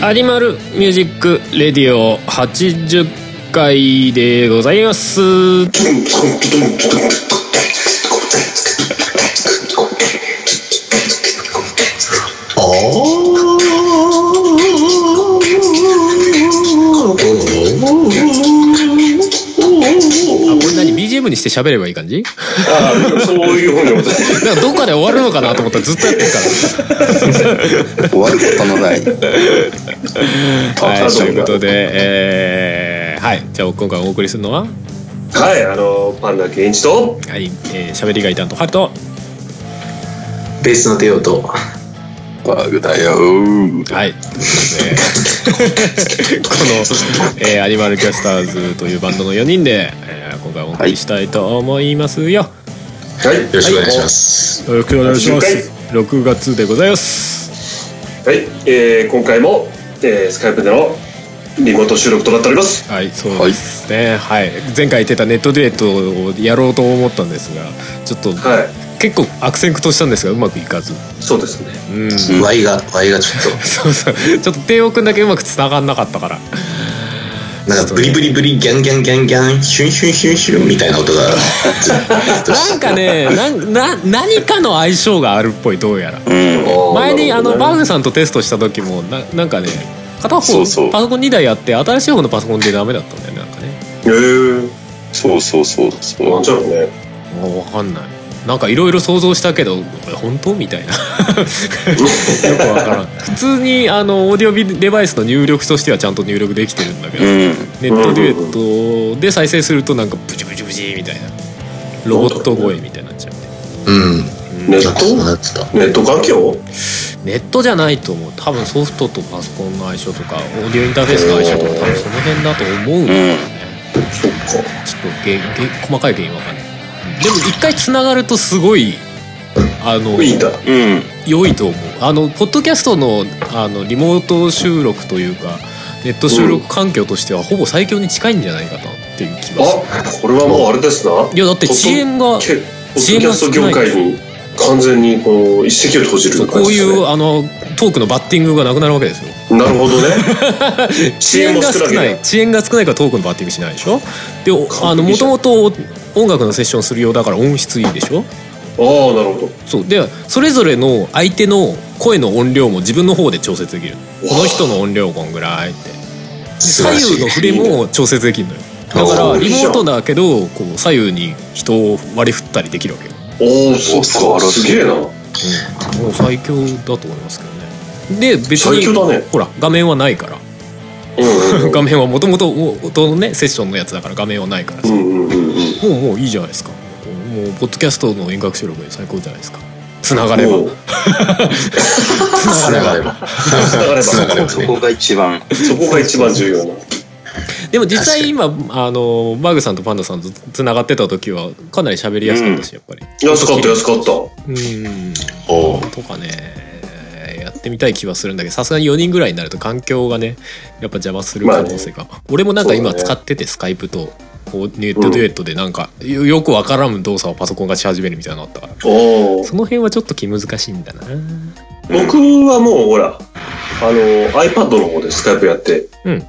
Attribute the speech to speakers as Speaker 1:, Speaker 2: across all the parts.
Speaker 1: アニマルミュージックレディオ80回でございますこれ何 BGM にして喋ればいい感じ
Speaker 2: ああ、そういうふうに思って
Speaker 1: なんかどっかで終わるのかなと思ったらずっとやってるから
Speaker 3: 終わることのない
Speaker 1: は
Speaker 2: あ
Speaker 1: い、
Speaker 2: そう
Speaker 1: と
Speaker 2: だ
Speaker 1: いうことで、えーはい、じゃあ今回お送りするのは、
Speaker 2: た。はい、あの、パンダケンイチと、
Speaker 1: はい、えー、喋りがい担当、ハルト。
Speaker 4: ベースの帝王と
Speaker 3: バグだよ
Speaker 1: はい。ということでこの、えーアニマルキャスターズというバンドの4人で、えー今回お送りしたいと思いますよ。
Speaker 2: はい、よろ。
Speaker 4: よろしくお願いしますす、
Speaker 1: よろしくお願いしま
Speaker 2: 了
Speaker 1: す。6月でございます。
Speaker 2: はい、えー今回も、えースカイプでのリモート収録となっております。
Speaker 1: はい、そうですね。はい、前回言ってたネットデュエットをやろうと思ったんですが、ちょっと、
Speaker 2: はい、
Speaker 1: 結構悪戦苦闘したんですが、うまくいかず。
Speaker 2: そうですね。
Speaker 1: うん。
Speaker 4: ワイがワイがちょっ
Speaker 1: そうそう。ちょっと帝王くんだけうまく繋がんなかったから。
Speaker 4: となんかブリブリブリギャンギャンギャンギャンシュンシュンシュンシュンみたいな音がずっと
Speaker 1: なんかねなんな何かの相性があるっぽいどうやら
Speaker 3: うん
Speaker 1: 前にあのバ
Speaker 2: ン
Speaker 1: ーグさんとテストした時もななんかね片方
Speaker 3: そうそう
Speaker 1: パソコン2台あって新しい方のパソコンでダメだったんだよねなんかね
Speaker 2: えー、
Speaker 3: そうそうそうそう
Speaker 2: なんちゃろうね。
Speaker 1: もう分かんないなんかいろいろ想像したけどこれ本当みたいなよくわからん普通にあのオーディオビデバイスの入力としてはちゃんと入力できてるんだけど、
Speaker 3: うん
Speaker 1: ネットデュエットで再生するとなんかブチブチブチみたいなロボット声みたいになっちゃって
Speaker 4: うん
Speaker 2: ネッ
Speaker 4: なんか
Speaker 2: ト
Speaker 4: そうなってた
Speaker 2: ネット環境
Speaker 1: ネットじゃないと思う多分ソフトとパソコンの相性とかオーディオインターフェースの相性とか多分その辺だと思う、
Speaker 3: う
Speaker 1: ちょっ
Speaker 3: ん
Speaker 2: そっか。
Speaker 1: とげげ細かい原因わかんないでも一回つながるとすごいあの
Speaker 2: いいんだ。
Speaker 3: うん
Speaker 1: 良いと思うあのポッドキャストのあのリモート収録というかネット収録環境としてはほぼ最強に近いんじゃないかなっていう気がする
Speaker 2: あ、これはもうあれですな。
Speaker 1: いやだって遅延が
Speaker 2: けポッドキャスト業界に完全にこう一石を投じる
Speaker 1: そうこう
Speaker 2: 感じ
Speaker 1: い
Speaker 2: ですね
Speaker 1: うあのトークのバッティングがなくなるわけですよ
Speaker 2: なるほどね
Speaker 1: 遅延が少ない遅延が少ないからトークのバッティングしないでしょでおあのもともと音楽のセッションするようだから音質いいでしょ
Speaker 2: ああなるほど
Speaker 1: そうでそれぞれの相手の声の音量も自分の方で調節できるこの人の音量こんぐらいってで
Speaker 4: 素
Speaker 1: 左
Speaker 4: 晴らしい
Speaker 1: 右の振りも調節できるのよだか
Speaker 2: お
Speaker 1: ら
Speaker 2: ー
Speaker 1: リモートだけどこう左右に人を割り振ったりできるわけよ、
Speaker 2: おおそう
Speaker 3: 素晴
Speaker 2: から
Speaker 3: しい
Speaker 2: すげえなは
Speaker 1: うん、もう最強だと思いますけどねで別に
Speaker 2: 最強だね
Speaker 1: ほら画面はないから
Speaker 2: うんうん
Speaker 1: 画面はもともと音のねセッションのやつだから画面はないからさ、
Speaker 2: うんうんうんうん
Speaker 1: もうもういいじゃないですかもうもうポッドキャストの遠隔収録で最高じゃないですかつながれば
Speaker 2: もう
Speaker 1: つながれば
Speaker 2: だから そこ
Speaker 3: そこが一番
Speaker 2: そこが一番重要な
Speaker 1: でも実際今あのバグさんとパンダさんとつながってた時はかなり喋りやすかったし、やっぱり
Speaker 2: 安かった安かった
Speaker 1: うん
Speaker 4: おう
Speaker 1: とかねやってみたい気はするんだけどさすがに4人ぐらいになると環境がねやっぱ邪魔する可能性が、俺もなんか今
Speaker 2: そうだね
Speaker 1: 使ってて、スカイプとこうネットデュエットでなんか、よよくわからん動作をパソコンがし始めるみたいなのあったから
Speaker 2: おお
Speaker 1: その辺はちょっと気難しいんだな
Speaker 2: 僕はもうほらあの iPad の方でスカイプやって
Speaker 1: うん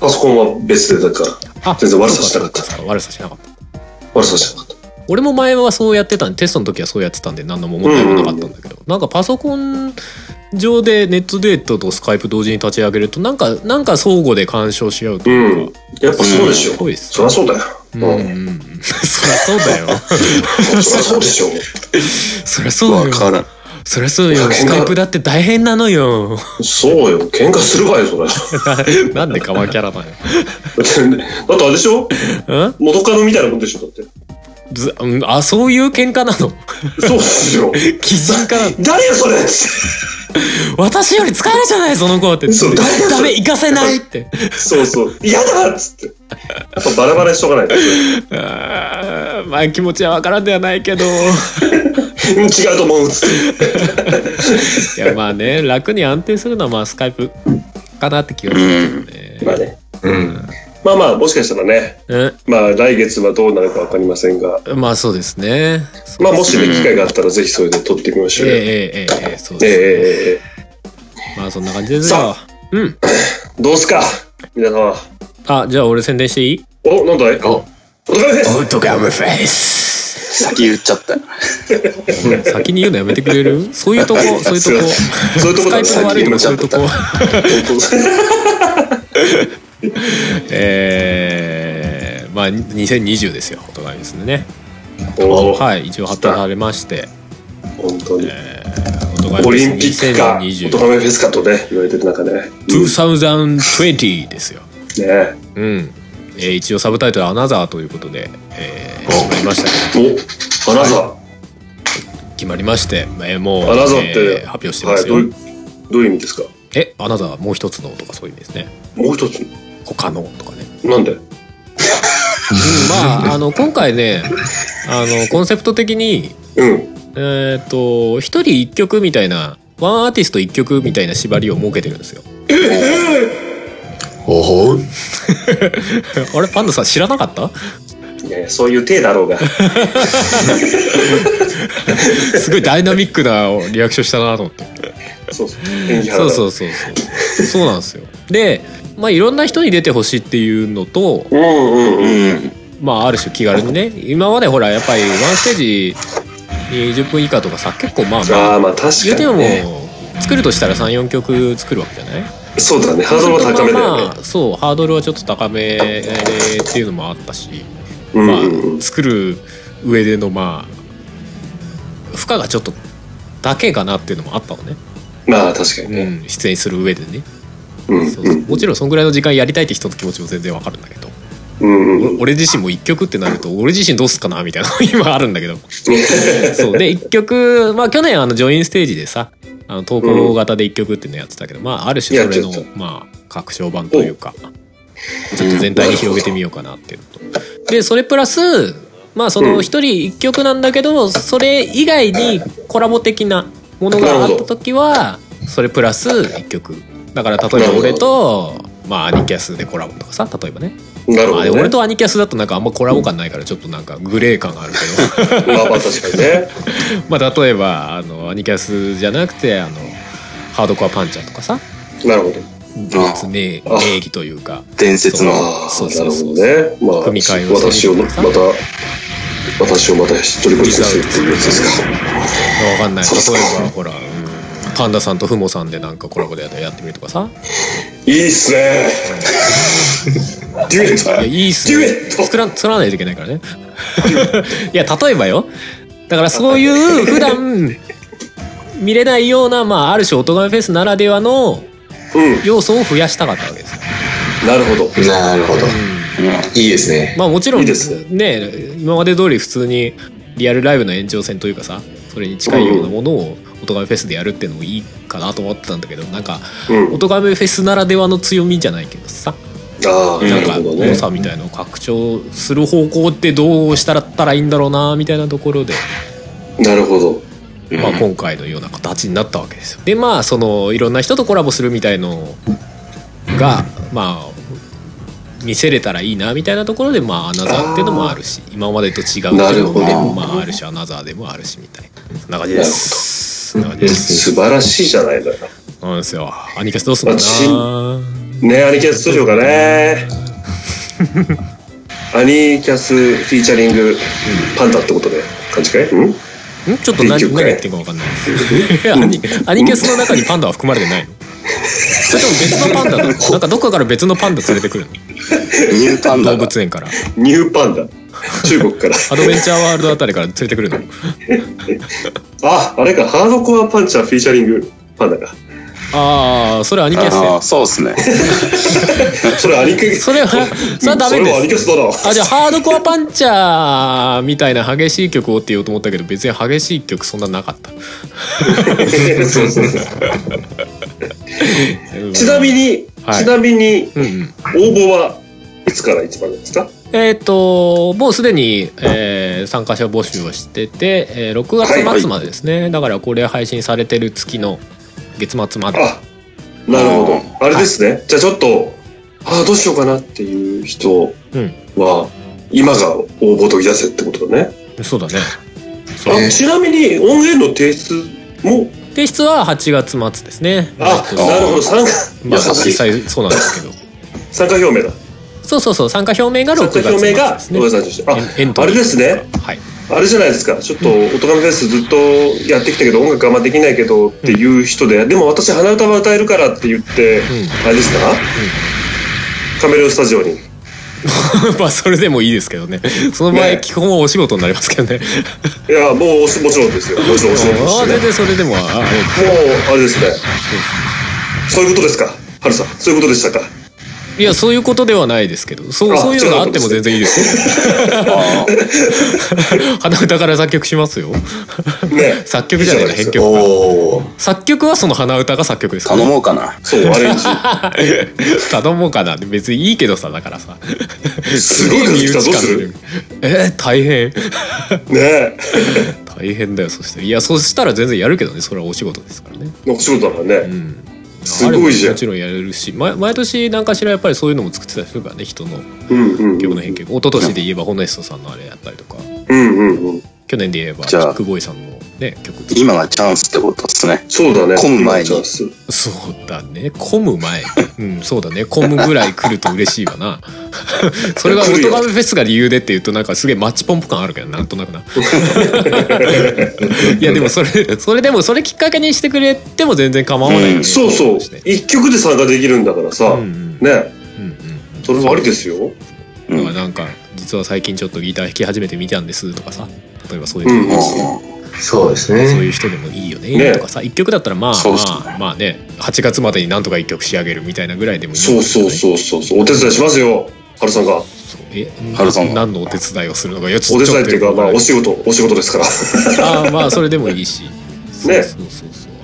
Speaker 2: パソコンは別でだから
Speaker 1: あ
Speaker 2: 全然悪さしなかった
Speaker 1: そうそう悪さしなかった
Speaker 2: 悪さしなかった
Speaker 1: 俺も前はそうやってたんでテストの時はそうやってたんで何の問題もなかったんだけど、なんかパソコン上でネットデートとスカイプ同時に立ち上げるとなんかなんか相互で干渉し合うと
Speaker 2: う
Speaker 1: いうんか、
Speaker 2: やっぱそうでし
Speaker 1: す
Speaker 2: ょ
Speaker 1: ごいっす
Speaker 2: そりゃそうだよ
Speaker 1: う
Speaker 2: うんん
Speaker 1: うんうん、そりゃそうだよ
Speaker 2: そりゃそうでしょ
Speaker 1: そりゃそう
Speaker 3: わ
Speaker 1: よ
Speaker 3: からん
Speaker 1: そりゃそうよ
Speaker 2: わか
Speaker 1: ス
Speaker 2: んない
Speaker 1: カイプだって大変なのよ
Speaker 2: そうよ喧嘩するわよそりゃ
Speaker 1: なんでカマキャラなの
Speaker 2: だってだってあれでしょ
Speaker 1: うん
Speaker 2: 元カノみたいなもんでしょだって
Speaker 1: ずうんあそういう喧嘩なの
Speaker 2: そうで すよ
Speaker 1: 基準から
Speaker 2: 誰よそれ
Speaker 1: 私より使えるじゃないその子って
Speaker 2: そうだ
Speaker 1: ダメ行かせないって
Speaker 2: そうそう嫌だっつってやっぱバラバラにしとかないとう
Speaker 1: あーまあ気持ちはわからんではないけど
Speaker 2: ん違うと思うっつって
Speaker 1: いやまあね楽に安定するのはまあスカイプかなって気がするけど
Speaker 2: ま
Speaker 1: ね、
Speaker 2: あね
Speaker 4: うん
Speaker 2: まあまあもしかしたらね
Speaker 1: う
Speaker 2: まあ来月はどうなるかわかりませんが
Speaker 1: ん、まあそうですね
Speaker 2: まあもしね機会があったらぜひそれで撮ってみまし
Speaker 1: え
Speaker 2: ょうよ、
Speaker 1: えええええええそう
Speaker 2: ええ
Speaker 1: ですね、
Speaker 2: ええええ
Speaker 1: まあそんな感じですよ
Speaker 2: さ。
Speaker 1: うん。
Speaker 2: どうすか皆様。
Speaker 1: あ、じゃあ俺宣伝していい
Speaker 2: お、なんだい
Speaker 4: お
Speaker 2: お疲れ様です
Speaker 1: ウトガムフェイス。
Speaker 3: 先言っちゃった。
Speaker 1: 先に言うのやめてくれるそういうとこ、そういうとこ。
Speaker 2: そういうとこ
Speaker 1: 使い
Speaker 2: だ
Speaker 1: 方悪いとこ、そういうとこ。 えー、まあ2020ですよ、お互いですね。
Speaker 2: お
Speaker 1: はい、一応発表されまして、
Speaker 2: 本当に。
Speaker 1: お互い
Speaker 2: オリンピックか、
Speaker 1: 2020
Speaker 2: 音亀フェスかとね、言われてる中で。ね
Speaker 1: 2020ですよ。
Speaker 2: え。
Speaker 1: うん。えー一応サブタイトル「アナザー」ということで、えー、決まりましたけど
Speaker 2: お、アナザ
Speaker 1: 決まりまして、えーもう
Speaker 2: ー。アナザーっ
Speaker 1: えー
Speaker 2: て、
Speaker 1: 発表してますよ、
Speaker 2: はいどういうどういう意味ですか
Speaker 1: えアナザーはもう一つのとかそういう意味ですね
Speaker 2: もう一つ。
Speaker 1: 他のとかね、
Speaker 2: なんで
Speaker 1: まああの今回ねあのコンセプト的に
Speaker 2: うん。
Speaker 1: えっ、と一人一曲みたいなワンアーティスト一曲みたいな縛りを設けてるんですよ
Speaker 4: おほう
Speaker 1: あれパンダさん知らなかった
Speaker 2: いやいや、そういう体だろうが。
Speaker 1: すごいダイナミックなリアクションしたなと思って
Speaker 2: そうそう。演技派だ
Speaker 1: そう
Speaker 2: う。
Speaker 1: そうそうそうそうなんですよでまあいろんな人に出てほしいっていうのと
Speaker 2: うんうんうん。
Speaker 3: うん。
Speaker 1: まあある種気軽にね今までほらやっぱりワンステージ20分以下とかさ結構まあま
Speaker 2: あ
Speaker 1: あ
Speaker 2: あ、まあ確
Speaker 1: 言う
Speaker 2: か
Speaker 1: て
Speaker 2: に
Speaker 1: も
Speaker 2: ね。
Speaker 1: 作るとしたら34曲作るわけじゃない
Speaker 2: そうだね、ハードルは高め
Speaker 1: ま
Speaker 2: だ
Speaker 1: あ
Speaker 2: よ
Speaker 1: ま
Speaker 2: ね。
Speaker 1: あそうハードルはちょっと高めっていうのもあったし、
Speaker 2: うん
Speaker 1: ま
Speaker 2: うんう
Speaker 1: あ、
Speaker 2: ん。
Speaker 1: 作る上でのまあ負荷がちょっとだけかなっていうのもあったのね、
Speaker 2: まあ確かにね。
Speaker 1: うん、出演する上でね
Speaker 2: うんう。
Speaker 1: そうそうんもちろんそんぐらいの時間やりたいって人の気持ちも全然わかるんだけど
Speaker 2: うんうん
Speaker 1: お俺自身も1曲ってなると俺自身どうすっかなみたいな 今あるんだけどそうで1曲まあ去年あのジョインステージでさあの投稿型で1曲っていうのやってたけど、まあある種それの
Speaker 2: やってた
Speaker 1: まあ拡張版というかちょっと全体に広げてみようかなっていうのとでそれプラスまあその1人1曲なんだけどそれ以外にコラボ的なものがあった時はそれプラス1曲だから例えば俺とまあアニキャスでコラボとかさ例えばね
Speaker 2: なる
Speaker 1: ま
Speaker 2: ほ
Speaker 1: あ、で
Speaker 2: ど
Speaker 1: も
Speaker 2: ね
Speaker 1: 俺。とアニキャスだとなんかあんまコラボ感ないからちょっとなんかグレー感があるけど
Speaker 2: まあまあ確かにね。
Speaker 1: まあ例えばあのアニキャスじゃなくてあのハードコアパンチャーとかさ
Speaker 2: なるほど。
Speaker 1: 別名
Speaker 2: あ
Speaker 1: 名義というか
Speaker 3: 伝説の。
Speaker 2: あ
Speaker 1: そう
Speaker 2: あ、
Speaker 1: そ
Speaker 2: な
Speaker 1: う
Speaker 2: る
Speaker 1: そう
Speaker 2: ほどね。まあ、
Speaker 1: 組み替えを
Speaker 2: 私をまた、私をまた一人ぼっちにするっていうやつですか。
Speaker 1: わかんない
Speaker 2: そうそう
Speaker 1: 例えばほら、うん、パンダさんとフモさんでなんかコラボでやってみるとかさ
Speaker 2: いいっすね。デュエッ
Speaker 1: い
Speaker 2: ト
Speaker 1: やいいっすね
Speaker 2: デュエット
Speaker 1: 作ら作らないといけないからね いや例えばよだからそういう普段見れないような、まあ、ある種オトガメフェスならではの
Speaker 2: うん。
Speaker 1: 要素を増やしたかったわけですよ、
Speaker 2: なるほど。
Speaker 4: なるほど。
Speaker 1: うん
Speaker 4: いいですね。
Speaker 1: まあもちろん
Speaker 2: いいです
Speaker 1: ね今まで通り普通にリアルライブの延長線というかさそれに近いようなものを音ガメフェスでやるっていうのもいいかなと思ってたんだけどなんか
Speaker 2: うん。
Speaker 1: 音ガメフェスならではの強みじゃないけどさ
Speaker 2: ああ、
Speaker 1: な
Speaker 2: なんる
Speaker 1: か
Speaker 2: ほど
Speaker 1: 良
Speaker 2: ね。
Speaker 1: さみたいのを拡張する方向ってどうしたらったらいいんだろうなみたいなところで、
Speaker 2: なるほど。
Speaker 1: まあ、今回のような形になったわけですよ。でまあそのいろんな人とコラボするみたいのがまあ見せれたらいいなみたいなところでまあアナザーっていうのもあるし今までと違うっていうのも
Speaker 2: なる
Speaker 1: ね
Speaker 2: ほど
Speaker 1: まあある種アナザーでもあるしみたいなそんな感じです。そんな感じです。
Speaker 2: 素晴らしいじゃないのよ。
Speaker 1: そうなんですよ。アニキャスどうすんのかな。
Speaker 2: ねアニキャスどうしようかね。アニキャスフィーチャリングパンダってことで感じかいうん
Speaker 1: んちょっと何
Speaker 2: 結
Speaker 1: 何
Speaker 2: 局ね
Speaker 1: 言ってるか分かんな いです。アニアニキャスの中にパンダは含まれて ないのそれとも別のパンダなのなんかどっかから別のパンダ連れてくる
Speaker 3: ニューパン
Speaker 1: の
Speaker 3: ダ
Speaker 1: 動
Speaker 3: が。
Speaker 1: 物園から。
Speaker 2: ニューパンダ。中国から。
Speaker 1: アドベンチャーワール ドあたりから連れてく るの
Speaker 2: あ、あれか、ハードコアパンチャーフィーチャリングパンダ か。
Speaker 1: ああそれアニキャス
Speaker 3: あ
Speaker 1: や
Speaker 3: あ、そうっすね。
Speaker 2: それアニキャス。
Speaker 1: そ れはそれはダメ
Speaker 2: それはアニ
Speaker 1: で
Speaker 2: キャ
Speaker 1: す
Speaker 2: スだな。
Speaker 1: あじゃあハードコアパンチャーみたいな激しい曲をって言おうと思ったけど別に激しい曲そんななかった
Speaker 2: そうそうそうちなみに、
Speaker 1: はい
Speaker 2: ちなみに、
Speaker 1: うんうん
Speaker 2: 応募はいつからいつまでですか
Speaker 1: えっ、ともうすでに、えー参加者募集をしてて、えー6月末までですね、だからこれ配信されてる月の月末まで
Speaker 2: あ、なるほど。あれですね。じゃあちょっと、ああ、どうしようかなっていう人
Speaker 1: うん
Speaker 2: は、今が応募時出せってことだね。
Speaker 1: そうだね
Speaker 2: あちなみに音源の提出も
Speaker 1: 提出は8月末ですね
Speaker 2: あなるほど参加
Speaker 1: まあ
Speaker 2: 優し
Speaker 1: 実
Speaker 2: い
Speaker 1: 際そうなんですけど
Speaker 2: 参加表明だ
Speaker 1: そうそうそう参加表明が6月末
Speaker 2: 参加表明が
Speaker 1: ですね
Speaker 2: ごめんなさいちょっとあ
Speaker 1: エンエント
Speaker 2: あ
Speaker 1: リー
Speaker 2: れですね
Speaker 1: はい
Speaker 2: あれじゃないですかちょっと「おとがめフェス」ずっとやってきたけど音楽あんまできないけどっていう人ででも私鼻歌は歌えるからって言ってあれですかカメレオンスタジオに
Speaker 1: まあそれでもいいですけどねその場合
Speaker 2: ね
Speaker 1: 基本はお仕事になりますけどね
Speaker 2: いやもうおしもちろんですよもちろんお仕事です
Speaker 1: あ
Speaker 2: し
Speaker 1: あ
Speaker 2: ね
Speaker 1: 全然それでもああれ
Speaker 2: もうあれですねそういうことですかハルさんそういうことでしたか
Speaker 1: いやそういうことではないですけどそう
Speaker 2: あ
Speaker 1: そういうのがあっても全然いいですよ 鼻歌から作曲し ますよ
Speaker 2: ね
Speaker 1: 作曲じゃないな編曲か
Speaker 4: おー
Speaker 1: 作曲はその鼻歌が作曲ですから
Speaker 3: 頼もうかな。
Speaker 2: そうアレンジ
Speaker 1: 頼もうかな別にいいけどさだからさ
Speaker 2: すごいの来たらどうする
Speaker 1: えー、大変
Speaker 2: ね
Speaker 1: 大変だよそしたらいやそしたら全然やるけどねそれはお仕事ですからね
Speaker 2: えお仕事だから
Speaker 1: う
Speaker 2: ね
Speaker 1: ん
Speaker 2: すごいじゃ
Speaker 1: あれもも
Speaker 2: ん
Speaker 1: ちろんやれるし毎毎年何かしらやっぱりそういうのも作ってたりするからね人の
Speaker 2: うんうん
Speaker 1: 曲の編曲一昨年で言えばホネストさんのあれやったりとか
Speaker 2: うんうんうん
Speaker 1: 去年で言えばキ
Speaker 3: じゃあ
Speaker 1: ックボーイさんのね曲作っ
Speaker 3: 今がチャンスってことですね。
Speaker 2: そうだね
Speaker 3: 混む前に
Speaker 2: チャンス
Speaker 1: そうだね混む前うんそうだね混むぐらい来ると嬉しいわな それが「オ
Speaker 2: 来
Speaker 1: ト
Speaker 2: るよ
Speaker 1: ガメフェス」が理由でっていうとなんかすげえマッチポンプ感あるけどなんとなく ないやでもそれそれでもそれきっかけにしてくれても全然構わないよね、
Speaker 3: うん
Speaker 2: そうそう
Speaker 1: ね
Speaker 2: 一曲で参加できるんだからさ
Speaker 1: うんう
Speaker 2: ね
Speaker 1: んうんうん
Speaker 2: それもありですよ
Speaker 3: う
Speaker 1: だか
Speaker 3: ん。
Speaker 1: ら
Speaker 3: も
Speaker 1: なんか実は最近ちょっとギター弾き始めてみたんですとかさ例えばそういう
Speaker 2: う
Speaker 1: の、
Speaker 2: ん
Speaker 3: う
Speaker 4: そうです
Speaker 1: そう
Speaker 4: ね
Speaker 1: いう人でもいいよね
Speaker 2: ね
Speaker 1: とかさ、一1曲だったらまあ
Speaker 3: そうっすね
Speaker 1: まあまあね8月までになんとか1曲仕上げるみたいなぐらいでもいい
Speaker 2: そうそう
Speaker 1: う
Speaker 2: そうそうそうお手伝いしますよハルさんが
Speaker 1: え
Speaker 3: 春さんが
Speaker 1: 何のお手伝いをするのかいやち
Speaker 2: お
Speaker 1: ょ
Speaker 2: 手
Speaker 1: ちょ
Speaker 2: 伝い
Speaker 1: っ
Speaker 2: って
Speaker 1: と
Speaker 2: いうかまあお
Speaker 1: よ
Speaker 2: 仕事お仕事ですから
Speaker 1: くわからないあーまあそれでもいいし
Speaker 2: ね
Speaker 1: そうそうそうそう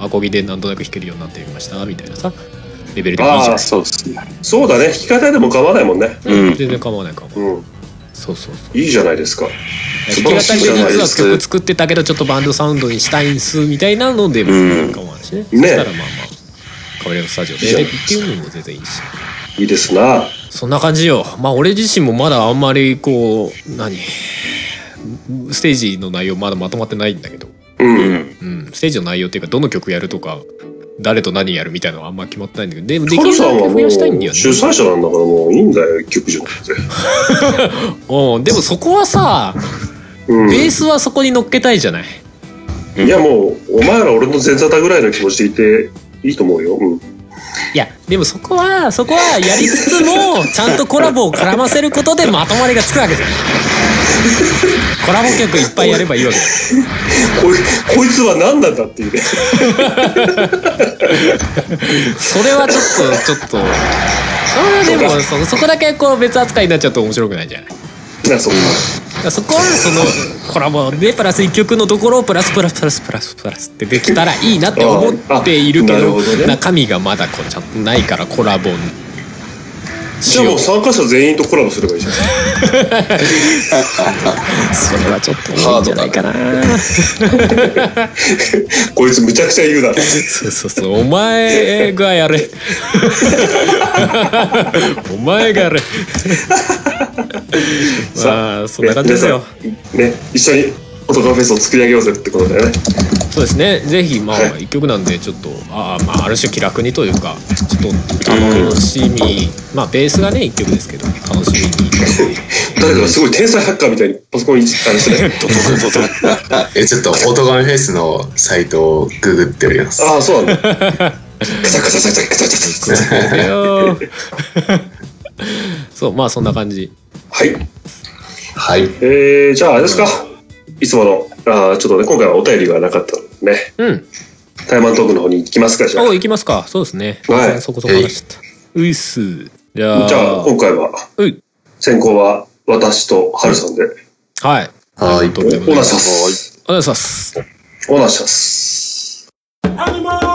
Speaker 1: アコギでなんとなく弾けるようになってみましたみたいなさレベルでもいいじゃ
Speaker 2: あ
Speaker 1: ん
Speaker 2: ー
Speaker 3: ん。そうですね。
Speaker 2: そうだね弾き方でも構わないもんね
Speaker 3: うん。
Speaker 1: 全然構わないかも、
Speaker 2: うん
Speaker 1: そうそうそう
Speaker 2: いいじゃないですか
Speaker 1: 弾き語りで実は曲作ってたけどちょっとバンドサウンドにしたいんすみたいなのでも
Speaker 3: うん
Speaker 1: 構わないしね、
Speaker 2: ね
Speaker 1: そしたらまあまあカメレオンスタジオで
Speaker 2: いいじゃん
Speaker 1: っていうのも全然いいし
Speaker 2: いいですな
Speaker 1: そんな感じよまあ俺自身もまだあんまりこう何ステージの内容まだまとまってないんだけど、
Speaker 2: うん
Speaker 3: う
Speaker 2: うん
Speaker 3: ん。
Speaker 1: うん、ステージの内容っていうかどの曲やるとか誰と何やるみたいなのはあんま決まってないんだけどでもでき
Speaker 2: ハル
Speaker 1: る
Speaker 2: さん
Speaker 1: だ
Speaker 2: は
Speaker 1: け
Speaker 2: も
Speaker 1: 増
Speaker 2: う
Speaker 1: や
Speaker 2: 主
Speaker 1: したいんだよね
Speaker 2: 催者なんだからもういいんだよ一曲じゃなくて
Speaker 1: うん、でもそこはさ
Speaker 2: うん
Speaker 1: ベースはそこに乗っけたいじゃない、
Speaker 2: いやもうお前ら俺の前座たぐらいの気持ちでいていいと 思うよ、うん、
Speaker 1: いやでもそこはそこはやりつつ もちゃんとコラボを絡ませることでまとまりがつくわけじゃんコラボ曲いっぱいやればいいわけだ
Speaker 2: こいこいつは何なんだっていうね
Speaker 1: それはちょっとちょっとそれはでもそそこだけこう別扱いになっちゃうと面白くないじゃないだか
Speaker 2: なそう
Speaker 1: らそこはそのコラボでプラス1曲のところをプラスプラスプラスプラスプラスってできたらいいなって思っているけ
Speaker 2: あなる
Speaker 1: ど
Speaker 2: ほどね
Speaker 1: 中身がまだこうちゃんとないからコラボし
Speaker 2: じゃあ
Speaker 1: よ
Speaker 2: も
Speaker 1: う
Speaker 2: う参加者全員とコラボすればいいじゃん
Speaker 1: それはちょっと多いんじゃないかな
Speaker 2: こいつむちゃくちゃ言うな
Speaker 1: そうそうそうお前がやれお前がやれまあそんな感じですよ
Speaker 2: ね一緒にオトカフェスを作り上げようぜってことだよね
Speaker 1: そうですねぜひまあ
Speaker 2: は
Speaker 1: 一曲なんでちょっとああまあある種気楽にというかちょっと楽しみまあベースがね一曲ですけど楽しみに
Speaker 2: 誰かがすごい天才ハッカーみたいにパソコンにあれ してね
Speaker 4: えちょっとオトガメフェスのサイトをググっております
Speaker 2: ああそうなんだカチャカチャカチャカチャカチャカチャ
Speaker 1: よーそうまあそんな感じ
Speaker 2: はい
Speaker 4: はい
Speaker 2: えー、じゃああれですかいつものあーちょっとね今回はお便りがなかったのでね
Speaker 1: うん
Speaker 2: タイマントークの方に行きますかじゃあ
Speaker 1: お行きますかそうですね、
Speaker 2: はい
Speaker 1: そこそこ話しちゃったういっすじゃあ
Speaker 2: じゃあ今回は
Speaker 1: うい
Speaker 2: 先行は私とハルさんで
Speaker 1: はい
Speaker 4: はい
Speaker 1: ということで
Speaker 2: お
Speaker 1: ござい
Speaker 2: な
Speaker 1: ま
Speaker 2: し
Speaker 1: す
Speaker 2: ます
Speaker 1: ありがとうございます
Speaker 2: おなします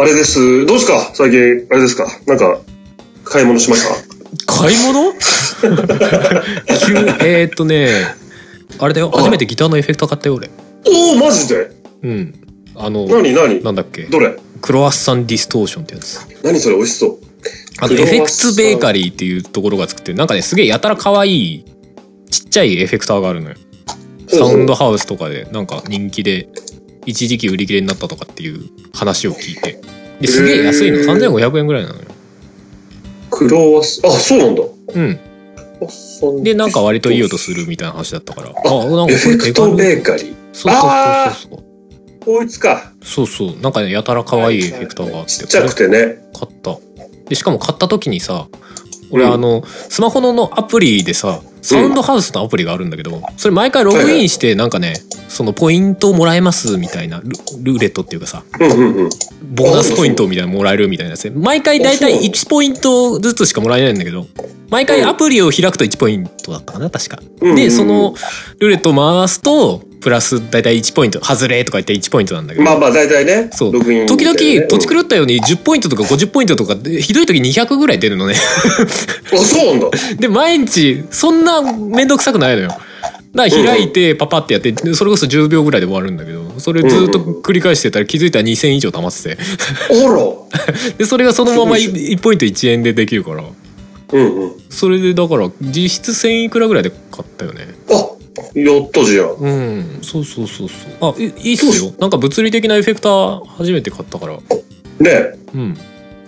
Speaker 2: あれですどうですか最近あれですかなんか買い物しました
Speaker 1: 買い物急えー、っとねあれだよ初めてギターのエフェクター買ったよ俺
Speaker 2: おおマジで
Speaker 1: うんあの
Speaker 2: 何何
Speaker 1: なんだっけ
Speaker 2: どれ
Speaker 1: クロワッサンディストーションってやつ
Speaker 2: 何それ美味しそう
Speaker 1: あの
Speaker 2: クロ
Speaker 1: エ
Speaker 2: ワッサ
Speaker 1: フェク
Speaker 2: ン
Speaker 1: ツベーカリーっていうところが作ってるなんかねすげえやたら可愛いちっちゃいエフェクターがあるのよサウンドハウスとかでなんか人気で一時期売り切れになったとかっていう話を聞いてですげえ安いの
Speaker 2: へー
Speaker 1: 3500円ぐらいなのよ
Speaker 2: クロワス、あ、そうなんだ。
Speaker 1: うん
Speaker 2: あそ
Speaker 1: でなんか割といい音するみたいな話だったからあなんかこ
Speaker 2: エフェクト
Speaker 1: で
Speaker 2: ベーカリー。
Speaker 1: そうそうそう
Speaker 2: こいつか。
Speaker 1: そうそうそうなんかねやたら可愛いエフェクターがあって
Speaker 2: ちっちゃくてね。
Speaker 1: 買ったでしかも買った時にさ俺、
Speaker 2: うん
Speaker 1: あのスマホののアプリでさサウンドハウスのアプリがあるんだけど、それ毎回ログインしてなんかねそのポイントをもらえますみたいなルルーレットっていうかさ
Speaker 2: うんうんうん。
Speaker 1: ボーナスポイントみたいなのもらえるみたいなやつで毎回大体1ポイントずつしかもらえないんだけど毎回アプリを開くと1ポイントだったかな確か
Speaker 2: うんうん
Speaker 1: でそのルーレットを回すとプラス大体1ポイント外れとか言って1ポイントなんだけど
Speaker 2: まあまあ、大体ね。
Speaker 1: そう。
Speaker 2: ログインみたい
Speaker 1: 時
Speaker 2: なね、
Speaker 1: 々、土地狂ったように10ポイントとか50ポイントとかで、ひどい時200ぐらい出るのね。
Speaker 2: うんあ、そうなんだ。
Speaker 1: で、毎日、そんなめんどくさくないのよ。だから開いて、パパってやって、それこそ10秒ぐらいで終わるんだけど、それずっと繰り返してたら気づいたら2000以上溜まってて。
Speaker 2: あら。
Speaker 1: で、それがそのまま
Speaker 2: すごい
Speaker 1: 1ポイント1円でできるから。
Speaker 2: うんうん。
Speaker 1: それで、だから、実質1000いくらぐらいで買ったよね。
Speaker 2: あ、やったじゃん。
Speaker 1: うん。そうそうそうそう。あ、いいいっすよ。なんか物理的なエフェクター初めて買ったから。
Speaker 2: ね
Speaker 1: うん。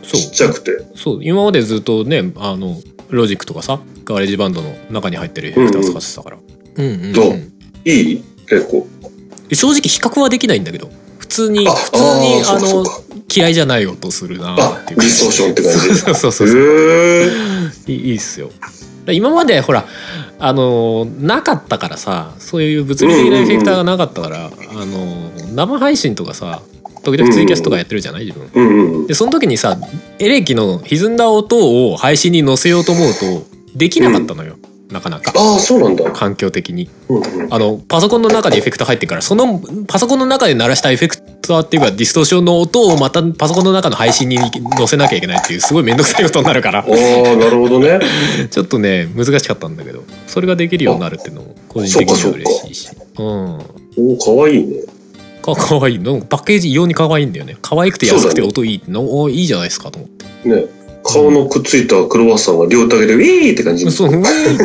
Speaker 1: そ
Speaker 2: ちっ
Speaker 1: う。
Speaker 2: ちゃくて。
Speaker 1: そう今までずっとねあのロジックとかさガレージバンドの中に入ってるエフェクター使ってたから、うんうんうん
Speaker 2: どういい結構。
Speaker 1: 正直比較はできないんだけど普通に
Speaker 2: あ
Speaker 1: 普通に
Speaker 2: あ
Speaker 1: あ
Speaker 2: ーそ
Speaker 1: の
Speaker 2: うかそ
Speaker 1: 嫌いじゃない音するな
Speaker 2: あ
Speaker 1: ーってい、う
Speaker 2: ディストーションって感じ。
Speaker 1: そうそうそうそう
Speaker 2: へえ。
Speaker 1: いいいいっすよ今までほらあのなかったからさそういう物理的なエフェクターがなかったから、あの生配信とかさ時々ツイキャスとかやってるじゃない自分
Speaker 2: うんうん。
Speaker 1: でその時にさエレキの歪んだ音を配信に載せようと思うとできなかったのよ、なかなか
Speaker 2: ああ、そうなんだ。
Speaker 1: 環境的に
Speaker 2: うんうん。
Speaker 1: あのパソコンの中でエフェクター入ってるからそのパソコンの中で鳴らしたエフェクターっていうかディストーションの音をまたパソコンの中の配信に載せなきゃいけないっていうすごい面倒くさいことになるから
Speaker 2: ああ、なるほどね。
Speaker 1: ちょっとね難しかったんだけどそれができるようになるっていうのも個人的には嬉しいしうん
Speaker 2: おお、かわいいね。
Speaker 1: かかわいいのパッケージ異様にかわいいんだよね可愛くて安く
Speaker 2: そうだ
Speaker 1: て
Speaker 2: ね
Speaker 1: 音いいってのおいいじゃないですかと思って
Speaker 2: ね顔のくっついたクロワッサンが両手上げで、ウィーって感じ。
Speaker 1: そう、うえーって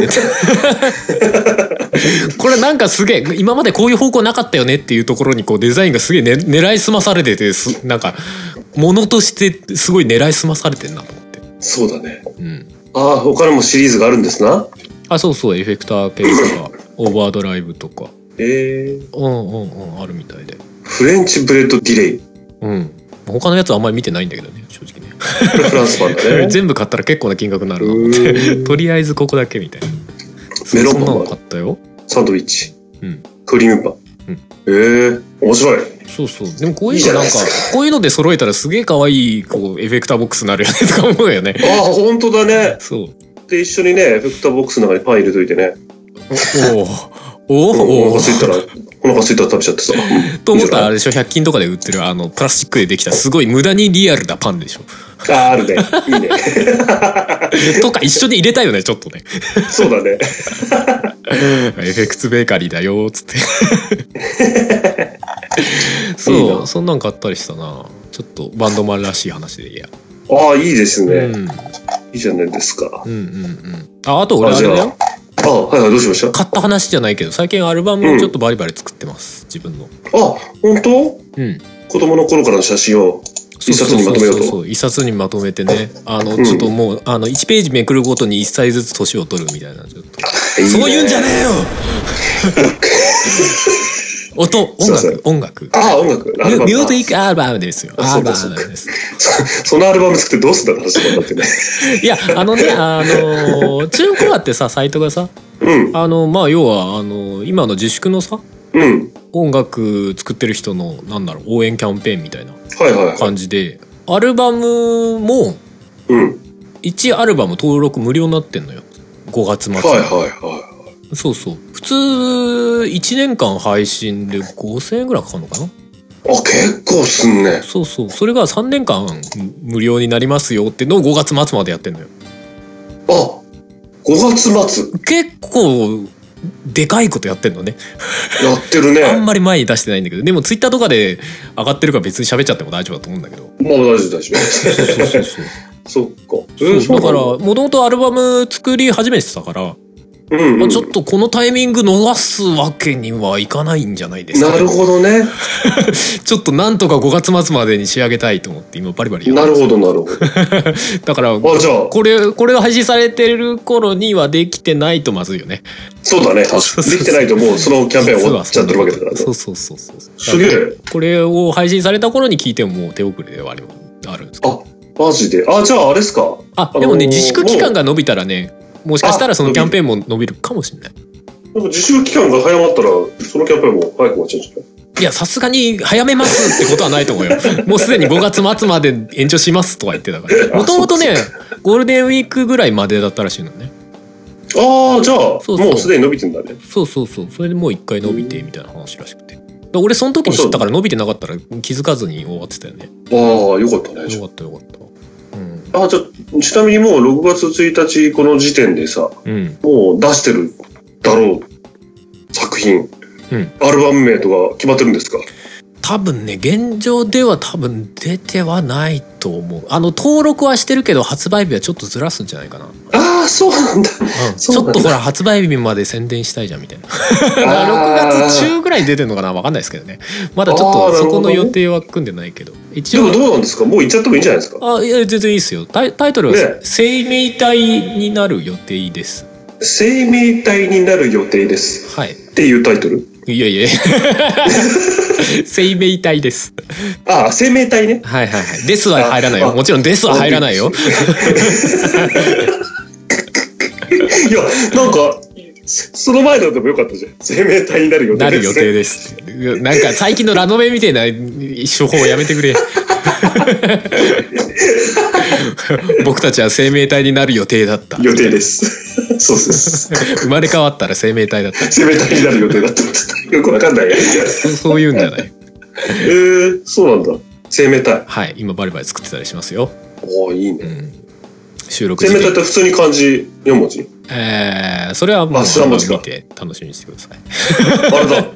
Speaker 1: 言 って。これなんかすげえ、今までこういう方向なかったよねっていうところにこうデザインがすげえ、ね、狙いすまされてて、すなんか、ものとしてすごい狙いすまされてんなと思って。
Speaker 2: そうだね。
Speaker 1: うん。
Speaker 2: ああ、他にもシリーズがあるんですな。
Speaker 1: あ、そうそう、エフェクター系とか、オーバードライブとか、
Speaker 2: ええ。
Speaker 1: うんうんうん、あるみたいで。
Speaker 2: フレンチブレッドディレイ。
Speaker 1: うん。他のやつはあんまり見てないんだけどね、正直ね。
Speaker 2: これフランスパンだ ね。
Speaker 1: 全部買ったら結構な金額になるなと思って。
Speaker 2: うーん
Speaker 1: とりあえずここだけみたいな。
Speaker 2: メロンパ
Speaker 1: そん
Speaker 2: ン
Speaker 1: なの
Speaker 2: もある
Speaker 1: 買ったよ。
Speaker 2: サンドイッチ。
Speaker 1: うん。
Speaker 2: クリームパン。ええ、面白い。
Speaker 1: そうそう。でもこう
Speaker 2: いい
Speaker 1: いう
Speaker 2: じ
Speaker 1: の
Speaker 2: ゃ
Speaker 1: な
Speaker 2: ない
Speaker 1: ん
Speaker 2: で
Speaker 1: か
Speaker 2: すか、
Speaker 1: こういうので揃えたらすげえ可愛い、こう、エフェクターボックスになるよね、とか思うよね。
Speaker 2: ああ、本当だね。
Speaker 1: そう。
Speaker 2: で、一緒にね、エフェクターボックスの中にパン入れといてね。
Speaker 1: おお
Speaker 2: うん
Speaker 1: お
Speaker 2: お
Speaker 1: お
Speaker 2: 腹すいたら、お腹すいたら食べちゃってさ。
Speaker 1: と思ったらあれでしょ、100均とかで売ってる、あの、プラスチックでできた、すごい無駄にリアルなパンでしょ。
Speaker 2: ああ、あるね。いいね。
Speaker 1: とか一緒に入れたいよね、ちょっとね。
Speaker 2: そうだね。
Speaker 1: エフェクツベーカリーだよ、つ って。
Speaker 2: いい
Speaker 1: そう
Speaker 2: な
Speaker 1: そんなん買ったりしたな。ちょっとバンドマンらしい話でいいや。
Speaker 2: ああ、いいです
Speaker 1: う
Speaker 2: ね。
Speaker 1: ん。
Speaker 2: いいじゃないですか。
Speaker 1: うんうんうん。あ、あと俺あれだよ。
Speaker 2: ああ、はいはい、どうしました
Speaker 1: 買った話じゃないけど最近アルバムをちょっとバリバリ作ってます、自分の
Speaker 2: あ、本当
Speaker 1: うん
Speaker 2: 子供の頃からの写真を。一冊にまとめよう
Speaker 1: そうそ
Speaker 2: と
Speaker 1: うそうそう一冊にまとめてねあの
Speaker 2: ん
Speaker 1: ちょっともう、あの1ページめくるごとに1歳ずつ年を取るみたいなちょっとそういうんじゃね えよ音音
Speaker 2: すいませ
Speaker 1: 楽音楽
Speaker 2: ああ、音楽。ア
Speaker 1: ミ
Speaker 2: ル
Speaker 1: ュ
Speaker 2: バム
Speaker 1: ミュージックアルバムですよ
Speaker 2: あ
Speaker 1: ア
Speaker 2: そう
Speaker 1: ルバ
Speaker 2: かそうか
Speaker 1: ムです
Speaker 2: そのアルバム作ってどうすんだって話になってね。
Speaker 1: いやあのねあのー中古だってさサイトがさ
Speaker 2: うん、
Speaker 1: あのまあ要はあの今の自粛のさ
Speaker 2: うん。
Speaker 1: 音楽作ってる人のなんだろう応援キャンペーンみたいな
Speaker 2: はいはいはい。
Speaker 1: 感じでアルバムも
Speaker 2: うん。
Speaker 1: 1アルバム登録無料になってんのよ5月末、
Speaker 2: はいはいは。
Speaker 1: そうそう普通1年間配信で5000円ぐらいかかるのかない
Speaker 2: あ、結構すんね。
Speaker 1: そうそうそれが3年間無無料になりますよってのを5月末までやってんのよ
Speaker 2: あ、5月末。
Speaker 1: 結構でかいことやってんのね
Speaker 2: やってるね。
Speaker 1: あんまり前に出してないんだけどでもツイッターとかで上がってるから別に喋っちゃっても大丈夫だと思うんだけ ど
Speaker 2: まあ大丈夫大丈夫。
Speaker 1: そうそうそうそう
Speaker 2: そっか。えー
Speaker 1: そうだから
Speaker 2: う
Speaker 1: もともとアルバム作り始めてたから
Speaker 2: うん
Speaker 1: ま
Speaker 2: う
Speaker 1: あ
Speaker 2: ん
Speaker 1: ちょっとこのタイミング逃すわけにはいかないんじゃないですか、
Speaker 2: なるほどね。
Speaker 1: ちょっとなんとか5月末までに仕上げたいと思って今バリバリやって
Speaker 2: な
Speaker 1: ま
Speaker 2: る
Speaker 1: す
Speaker 2: ほど、なるほ
Speaker 1: だから
Speaker 2: ど。あ、じゃあ、
Speaker 1: これこれが配信されてる頃にはできてないとまずいよね
Speaker 2: そうだね。で
Speaker 1: うそう
Speaker 2: きてないともうそのキャンペーン終わっちゃってるわけだからね
Speaker 1: そ。うそうそうそう
Speaker 2: すげえ。
Speaker 1: これを配信された頃に聞いてももう手遅れではありあるんですけど
Speaker 2: あ、マジで。あ、じゃああれですか。
Speaker 1: あでもね
Speaker 2: あのー
Speaker 1: 自粛期間が伸びたらねもしかしたらその
Speaker 2: あ
Speaker 1: キャンペーンも伸びるかもしれない
Speaker 2: なんか自粛期間が早まったら、そのキャンペーンも早く終わっちゃうんじゃない
Speaker 1: いやさすがに早めますってことはないと思 うよもうすでに5月末まで延長しますとは言ってたからもともとねゴールデンウィークぐらいまでだったらしいのね
Speaker 2: ああ、じゃあ、
Speaker 1: そう
Speaker 2: もうすでに伸びてんだね。
Speaker 1: そうそうそうそれでもう一回伸びてみたいな話らしくてだから俺その時に知ったから伸びてなかったら気づかずに終わってたよね
Speaker 2: ああ、よかったね。
Speaker 1: よかったよかったうん、
Speaker 2: あ、じゃあ、ちなみにもう6月1日この時点でさ、
Speaker 1: うん、
Speaker 2: もう出してるだろう作品、
Speaker 1: うん
Speaker 2: アルバム名とか決まってるんですか
Speaker 1: 多分ね現状では多分出てはないと思うあの登録はしてるけど発売日はちょっとずらすんじゃないかな、
Speaker 2: ああ、そうなんだ。
Speaker 1: ち
Speaker 2: そう
Speaker 1: ょっ
Speaker 2: なんだ
Speaker 1: とほら発売日まで宣伝したいじゃんみたいなだから
Speaker 2: あー
Speaker 1: 6月中ぐらいに出てるのかなわかんないですけどねまだちょっ
Speaker 2: あー
Speaker 1: と
Speaker 2: なる
Speaker 1: そ
Speaker 2: ほ
Speaker 1: こ
Speaker 2: ど
Speaker 1: の
Speaker 2: ね
Speaker 1: 予定は組んでないけど一
Speaker 2: でも
Speaker 1: 応
Speaker 2: どうなんですかもう行っちゃってもいいんじゃないですか
Speaker 1: あいや全然いいですよタイタイトルは
Speaker 2: ね
Speaker 1: 「生命体になる予定です
Speaker 2: 生命体になる予定です。」
Speaker 1: はい
Speaker 2: っていうタイトル
Speaker 1: いやいや生命体です
Speaker 2: ああ、生命体ね。
Speaker 1: はいはいはい。ですは入らないよ。
Speaker 2: あ
Speaker 1: もちろんですは入らないよ。
Speaker 2: いや、なんか、その前のでもよかったじゃん。生命体になる予定です。
Speaker 1: なる予定です。なんか最近のラノベみたいな処方やめてくれ。僕たちは生命体になる予定だった。
Speaker 2: 予定で す。そうです。
Speaker 1: 生まれ変わったら生命体だった。
Speaker 2: 生命体になる予定だった。よくわかんない。え
Speaker 1: そういうんじゃない。
Speaker 2: ー、そうなんだ。生命体。
Speaker 1: はい。今バリバリ作ってたりしますよ。
Speaker 2: おおいいうね。
Speaker 1: ん。収録
Speaker 2: 生
Speaker 1: 時
Speaker 2: 命体っ
Speaker 1: 点。
Speaker 2: て普通に漢字4文字
Speaker 1: えー、それはもう
Speaker 2: あそれはもちろん
Speaker 1: 見て楽しみにしてください。
Speaker 2: あれだ。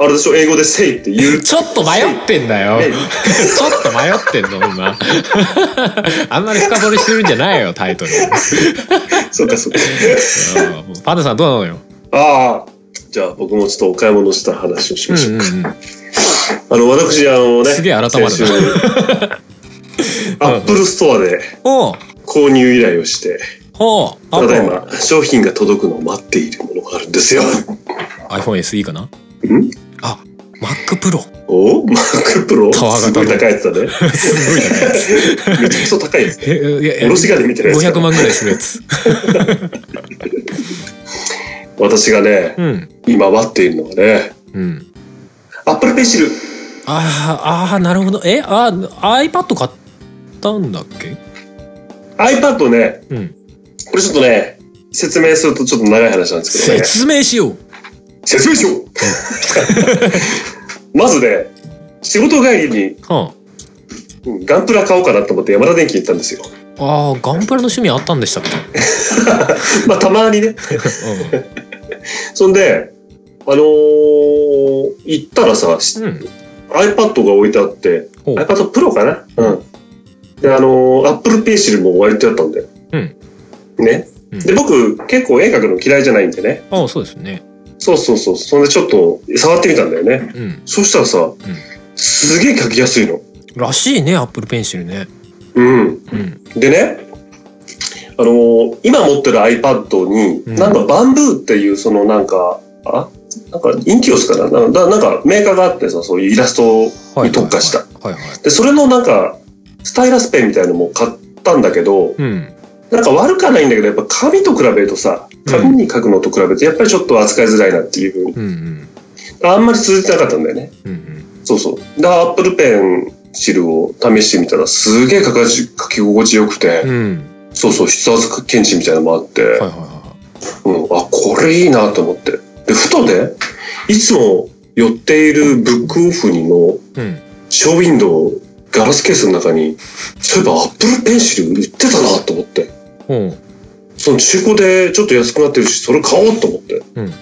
Speaker 2: あれでしょ英語で「生」っ て言う。
Speaker 1: ちょっと迷ってんだよ。
Speaker 2: ね
Speaker 1: ちょっと迷ってんの、今。 あんまり深掘りしてるんじゃないよ、タイトル。
Speaker 2: そうかそうか。
Speaker 1: うんパンダさんどうなのよ。
Speaker 2: ああ。じゃあ僕もちょっとお買い物した話をし
Speaker 1: うん
Speaker 2: ましょう。
Speaker 1: うんうん。
Speaker 2: あの、私、あのね。
Speaker 1: すげえ改まるな
Speaker 2: 先週 アップルストアで
Speaker 1: おう
Speaker 2: 購入依頼をして、
Speaker 1: ほう。
Speaker 2: ただいま商品が届くのを待っているものがある んですよ。
Speaker 1: iPhone SE かなんあ、Mac Pro。
Speaker 2: お ?Mac Pro?
Speaker 1: タワー型の
Speaker 2: すごい高いやつだね。
Speaker 1: すごいじゃないです
Speaker 2: めちゃくちゃ高いやつ。
Speaker 1: えいやいや。
Speaker 2: 卸金みたいなやつだ
Speaker 1: 500万ぐらいするやつ。
Speaker 2: 私がね、
Speaker 1: うん。
Speaker 2: 今待っているのがね、
Speaker 1: うん。
Speaker 2: Apple Pencil。
Speaker 1: あーあー、なるほど。え、あー、iPad 買ったんだっけ
Speaker 2: iPad ね、
Speaker 1: うん。
Speaker 2: これちょっとね、説明するとちょっと長い話なんですけどね。
Speaker 1: 説明しよう。
Speaker 2: 説明しよ うまずね、仕事帰りに
Speaker 1: は
Speaker 2: うんガンプラ買おうかなと思って山田電機に行ったんですよ。
Speaker 1: あ。ああ、ガンプラの趣味あったんでしたっけ
Speaker 2: まあたまにね。
Speaker 1: う
Speaker 2: そんで、あのー行ったらさ、し
Speaker 1: ん。うん。
Speaker 2: iPad が置いてあって、
Speaker 1: ほう
Speaker 2: iPad Pro かなうん。で、あのー Apple Pencil も割とやったんだよ。
Speaker 1: うん。
Speaker 2: ね。
Speaker 1: うん
Speaker 2: で、僕、結構絵描くの嫌いじゃないんでね。
Speaker 1: ああ、そうですね。
Speaker 2: そうそうそう。そんでちょっと触ってみたんだよね。
Speaker 1: うん。
Speaker 2: そしたらさ、すげえ描きやすいの。
Speaker 1: らしいね、アップルペンシルね。
Speaker 2: うん。
Speaker 1: うん。
Speaker 2: でね、あのー今持ってる iPad に、
Speaker 1: うん
Speaker 2: なんかバンブーっていうそのなんか、あなんかインキオスかななんかなんかメーカーがあってさ、そういうイラストをに特化した。
Speaker 1: はいはい。
Speaker 2: で、それのなんか、スタイラスペンみたいなのも買ったんだけど、
Speaker 1: うん。
Speaker 2: なんか悪くはないんだけど、やっぱ紙と比べるとさ、紙に書くのと比べるとやっぱりちょっと扱いづらいなっていうふうに、
Speaker 1: うんうん。
Speaker 2: あんまり続いてなかったんだよね。
Speaker 1: うんうん。
Speaker 2: そうそう。で、アップルペンシルを試してみたら、すげえ書かし書き心地よくて、
Speaker 1: うん。
Speaker 2: そうそう、筆圧検知みたいなのもあって、
Speaker 1: はいはいは
Speaker 2: うん、あ、これいいなと思って。で、ふとね、いつも寄っているブックオフにの
Speaker 1: いはい。うん。
Speaker 2: ショーウィンドウ、ガラスケースの中に、そういえばアップルペンシル売ってたなと思って。
Speaker 1: おう。
Speaker 2: その中古でちょっと安くなってるし、それ買おうと思って。
Speaker 1: うん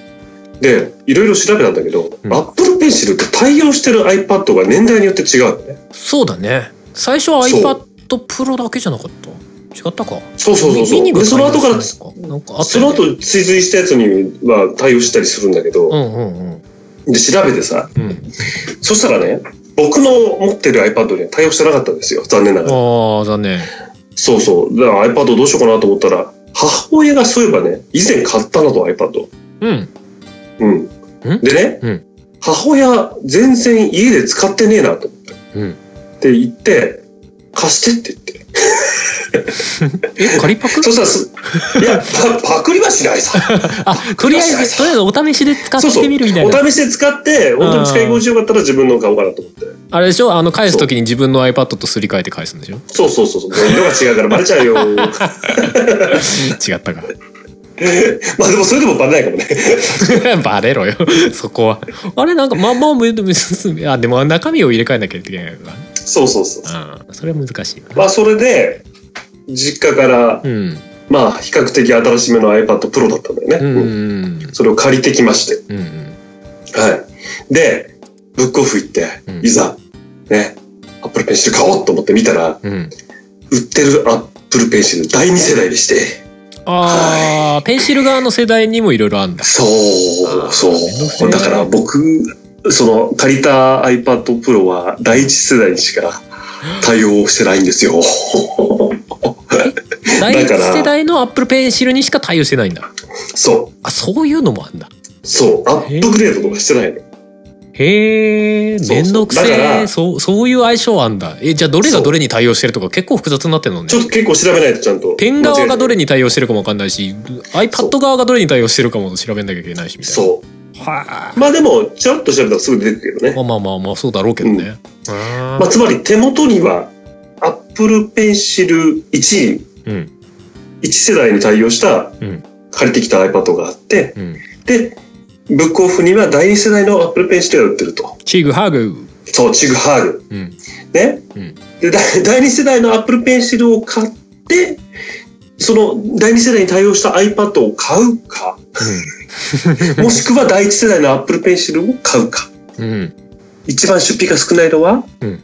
Speaker 2: で、いろいろ調べたんだけど、
Speaker 1: うん
Speaker 2: アップルペンシルって対応してる iPad が年代によって違うのね。
Speaker 1: そうだね。最初は
Speaker 2: そう
Speaker 1: iPad Pro だけじゃなかった。違ったか
Speaker 2: そうそうそうそ
Speaker 1: ミ
Speaker 2: う。
Speaker 1: ニが
Speaker 2: でその後か
Speaker 1: 開
Speaker 2: ら、
Speaker 1: 発したのなんかあった
Speaker 2: そ
Speaker 1: よ
Speaker 2: の
Speaker 1: ね
Speaker 2: 後追随したやつには対応したりするんだけ
Speaker 1: う
Speaker 2: ど、
Speaker 1: んうんうん
Speaker 2: で、調べてさ、
Speaker 1: うん
Speaker 2: そしたらね、僕の持ってる iPad には対応してなかったんですよ、残念ながら。
Speaker 1: ああ残念
Speaker 2: そうそう。だから iPad どうしようかなと思ったら、母親がそういえばね、以前買ったなと iPad。
Speaker 1: うん
Speaker 2: うん。でね、
Speaker 1: うん
Speaker 2: 母親全然家で使ってねえなと思って。
Speaker 1: うん
Speaker 2: って言って、貸してって言って。
Speaker 1: え仮パク
Speaker 2: そしたらす、いや、パパクリはしないさ。
Speaker 1: あとりあえずとりあえずお試しで使ってみるみたいな
Speaker 2: お試しで使って、本当に使い心地よかったら自分のを買おうかなと思って。
Speaker 1: あれでしょあの返す時に自分の iPad とすり替えて返すんでしょ
Speaker 2: そうそうそうそう。もう色が違うからバレち ゃうよ。ま
Speaker 1: 違ったか
Speaker 2: あでもそれでもバレないかもね。
Speaker 1: バレろよそこはあれなんかまあまあでもあでも中身を入れ替えなきゃいけないか
Speaker 2: そうそうそう。
Speaker 1: らうんそれは難しいな
Speaker 2: まあそれで、実家から、
Speaker 1: うん
Speaker 2: まあ比較的新しめの iPad Pro だったんだよね。
Speaker 1: うん
Speaker 2: うん
Speaker 1: うん
Speaker 2: それを借りてきまして。
Speaker 1: うんうん
Speaker 2: はい。で、ブックオフ行って
Speaker 1: うん、
Speaker 2: いざ、ね、アップルペンシル買おうと思って見たら、
Speaker 1: うん
Speaker 2: 売ってるアップルペンシル第2世代でして。
Speaker 1: ああペンシル側の世代にもいろいろあるん だ
Speaker 2: そう、
Speaker 1: めんどく
Speaker 2: そ
Speaker 1: せえ
Speaker 2: う。だから僕、その借りた iPad Pro は第1世代にしか対応してないんですよ。
Speaker 1: 第一世代のアップルペンシルにしか対応してないんだ
Speaker 2: そう、
Speaker 1: あそういうのもあるんだ
Speaker 2: そう、アップグレードとかしてないの。
Speaker 1: へえ
Speaker 2: そうそう
Speaker 1: 面倒くせ
Speaker 2: だか
Speaker 1: え
Speaker 2: ら
Speaker 1: そうそういう相性あんだえじゃあどれがどれに対応してるとか結構複雑になってるのね
Speaker 2: ちょっと結構調べないとちゃんと。
Speaker 1: ペン側がどれ
Speaker 2: に
Speaker 1: に対応してるかもわかんないし iPad 側がどれに対応してるかも調べなきゃいけないしみたいな
Speaker 2: そう
Speaker 1: は
Speaker 2: う。まあでも、ちゃんと調べたらすぐ出てくるけどね
Speaker 1: ま。あまあまあまあそうだろうけどね、あ
Speaker 2: まあ、つまり手元には、アップルペンシル1に、
Speaker 1: ーうん
Speaker 2: 1世代に対応した
Speaker 1: うん、
Speaker 2: 借りてきた iPad があって、
Speaker 1: うん
Speaker 2: で、ブックオフには第2世代のアップルペンシルが売ってると。
Speaker 1: チグハグ
Speaker 2: そう、チグハーグ。
Speaker 1: うん
Speaker 2: ね、
Speaker 1: うん
Speaker 2: で第第2世代のアップルペンシルを買ってその第2世代に対応した iPad を買うかもしくは第1世代のアップルペンシルを買うか
Speaker 1: うんうん
Speaker 2: 一番出費が少ないのは、
Speaker 1: うん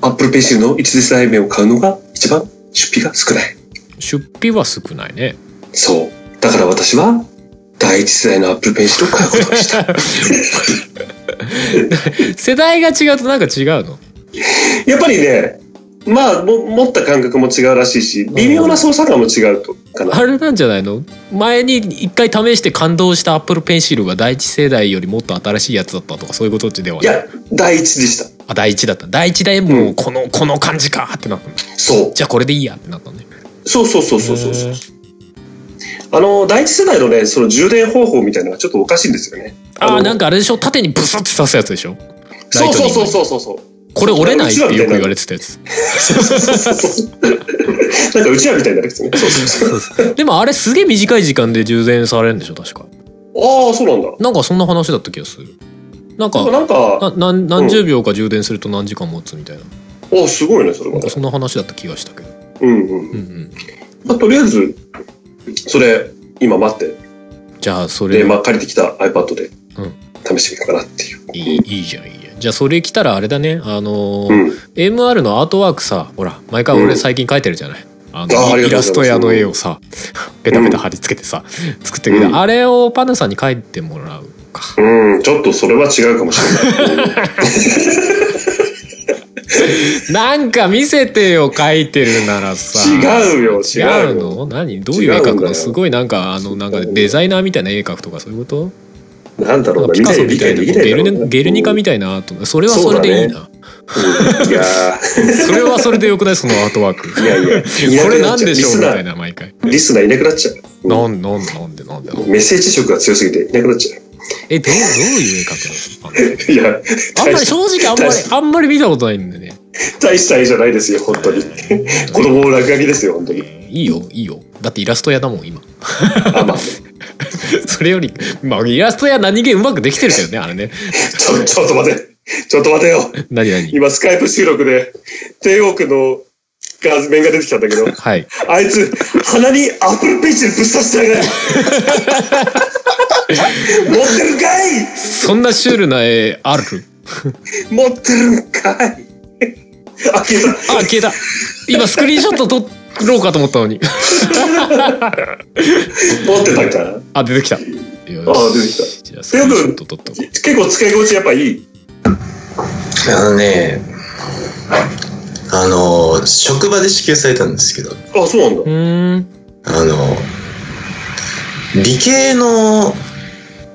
Speaker 2: アップルペンシルの1世代目を買うのが一番出費が少ない
Speaker 1: 出費は少ないね
Speaker 2: そうだから私は第1世代のアップルペンシルを買うことにした
Speaker 1: 世代が違うとなんか違うの
Speaker 2: やっぱりねまあも持った感覚も違うらしいし微妙な操作感も違うとかな
Speaker 1: あれなんじゃないの前に一回試して感動したアップルペンシルが第一世代よりもっと新しいやつだったとかそういうことってではい
Speaker 2: や第1でした
Speaker 1: あ第一だった第一代もうこの、この感じかってなったの
Speaker 2: そう
Speaker 1: じゃあこれでいいやってなったのね
Speaker 2: そうそうそうそうそうそう。あの、第一世代のね、その充電方法みたいなのがちょっとおかしいんですよね。
Speaker 1: ああ
Speaker 2: の
Speaker 1: なんかあれでしょ縦にブサッて刺すやつでしょ
Speaker 2: そうそうそう
Speaker 1: う
Speaker 2: そうそうそう。
Speaker 1: これ折れないってよく言われてたやつ
Speaker 2: なんかうちわみたいになるやつね。そうそうそう。
Speaker 1: でもあれすげえ短い時間で充電されるんでしょ確か
Speaker 2: ああ、そうなんだ。
Speaker 1: なんかそんな話だった気がするなん
Speaker 2: で
Speaker 1: か
Speaker 2: もなんか、
Speaker 1: ななん何十秒か充電すると何時間持つみたいな
Speaker 2: おすごいね、それ
Speaker 1: なん。
Speaker 2: は
Speaker 1: かそんな話だった気がしたけど
Speaker 2: うんうん。
Speaker 1: うんうん
Speaker 2: まあ、とりあえず、それ、今待って、
Speaker 1: じゃあそれ
Speaker 2: で、まあ、借りてきた iPad で
Speaker 1: うん、
Speaker 2: 試してみようかなっていう。
Speaker 1: いいいいじゃんいいじゃんじゃあそれ来たらあれだねあの
Speaker 2: う
Speaker 1: ー
Speaker 2: ん。
Speaker 1: MR のアートワークさほら毎回
Speaker 2: う
Speaker 1: 俺
Speaker 2: ん
Speaker 1: 最近描いてるじゃない、あ
Speaker 2: ああ
Speaker 1: の
Speaker 2: り
Speaker 1: イ
Speaker 2: がとうございます
Speaker 1: ラスト屋の絵をさペタペタ貼り付けてさ、作ってくれた、
Speaker 2: うん
Speaker 1: あれをパンダさんに描いてもらうか
Speaker 2: うん、ちょっとそれは違うかもし れない。
Speaker 1: なんか見せてよ描いてるならさ
Speaker 2: 違うよ
Speaker 1: 違
Speaker 2: 違
Speaker 1: う
Speaker 2: うよ
Speaker 1: の何どういう絵描
Speaker 2: 違うん
Speaker 1: く
Speaker 2: だ
Speaker 1: の
Speaker 2: よ
Speaker 1: すごいなんかあのなんかデザイナーみたいな絵描くとかそういうこと
Speaker 2: なんだ
Speaker 1: な
Speaker 2: ろうんな、
Speaker 1: かピカソみ
Speaker 2: 理
Speaker 1: たい
Speaker 2: 解
Speaker 1: な
Speaker 2: できない
Speaker 1: ゲ
Speaker 2: だろう
Speaker 1: ルネゲルニカみたいなアートそれはそれでいいな
Speaker 2: うんいや
Speaker 1: そ,、れはそれでよくないそのアートワーク
Speaker 2: ーいやいや、
Speaker 1: これなんでしょうみたい
Speaker 2: な。
Speaker 1: な毎回
Speaker 2: リスナーいなくなっちゃう。うん
Speaker 1: なんなんなんでなんでなんで
Speaker 2: メッセージ色が強すぎていなくなっちゃう。
Speaker 1: えどうどういう絵描くの
Speaker 2: いや、
Speaker 1: あんまり正直あんまり
Speaker 2: 大し
Speaker 1: あんまり見たことないんでね。
Speaker 2: 大した絵じゃないですよ、本当に。子供の落書きですよ、本当に。
Speaker 1: いいよいいよ。だってイラスト屋だもん今。
Speaker 2: あ、まあ、ち
Speaker 1: それよりまあイラスト屋何気うまくできてるけどねあれね。
Speaker 2: ょ、 ちょっと待て。ちょっと待てよ。
Speaker 1: 何何。
Speaker 2: 今、スカイプ収録で、帝王区の画面が出てきたんだけど、
Speaker 1: はい。
Speaker 2: あいつ、鼻にアップルペンチでぶっ刺して やがる。持ってるんかい
Speaker 1: そんなシュールな絵ある。
Speaker 2: 持ってるんかいあ、消えた。
Speaker 1: あ消えた。今スクリーンショット撮っろうかと思ったのに。
Speaker 2: 持ってたんかな
Speaker 1: あ、出てきた。あ、
Speaker 2: 出てき
Speaker 1: た。じゃあ、スクリーンショット撮っとこ
Speaker 2: 結構付け心地やっぱいい
Speaker 4: あのね、あの、職場で支給されたんですけど、
Speaker 2: あそうなん
Speaker 1: う。う
Speaker 2: だ
Speaker 1: ーん。
Speaker 4: あの、理系の、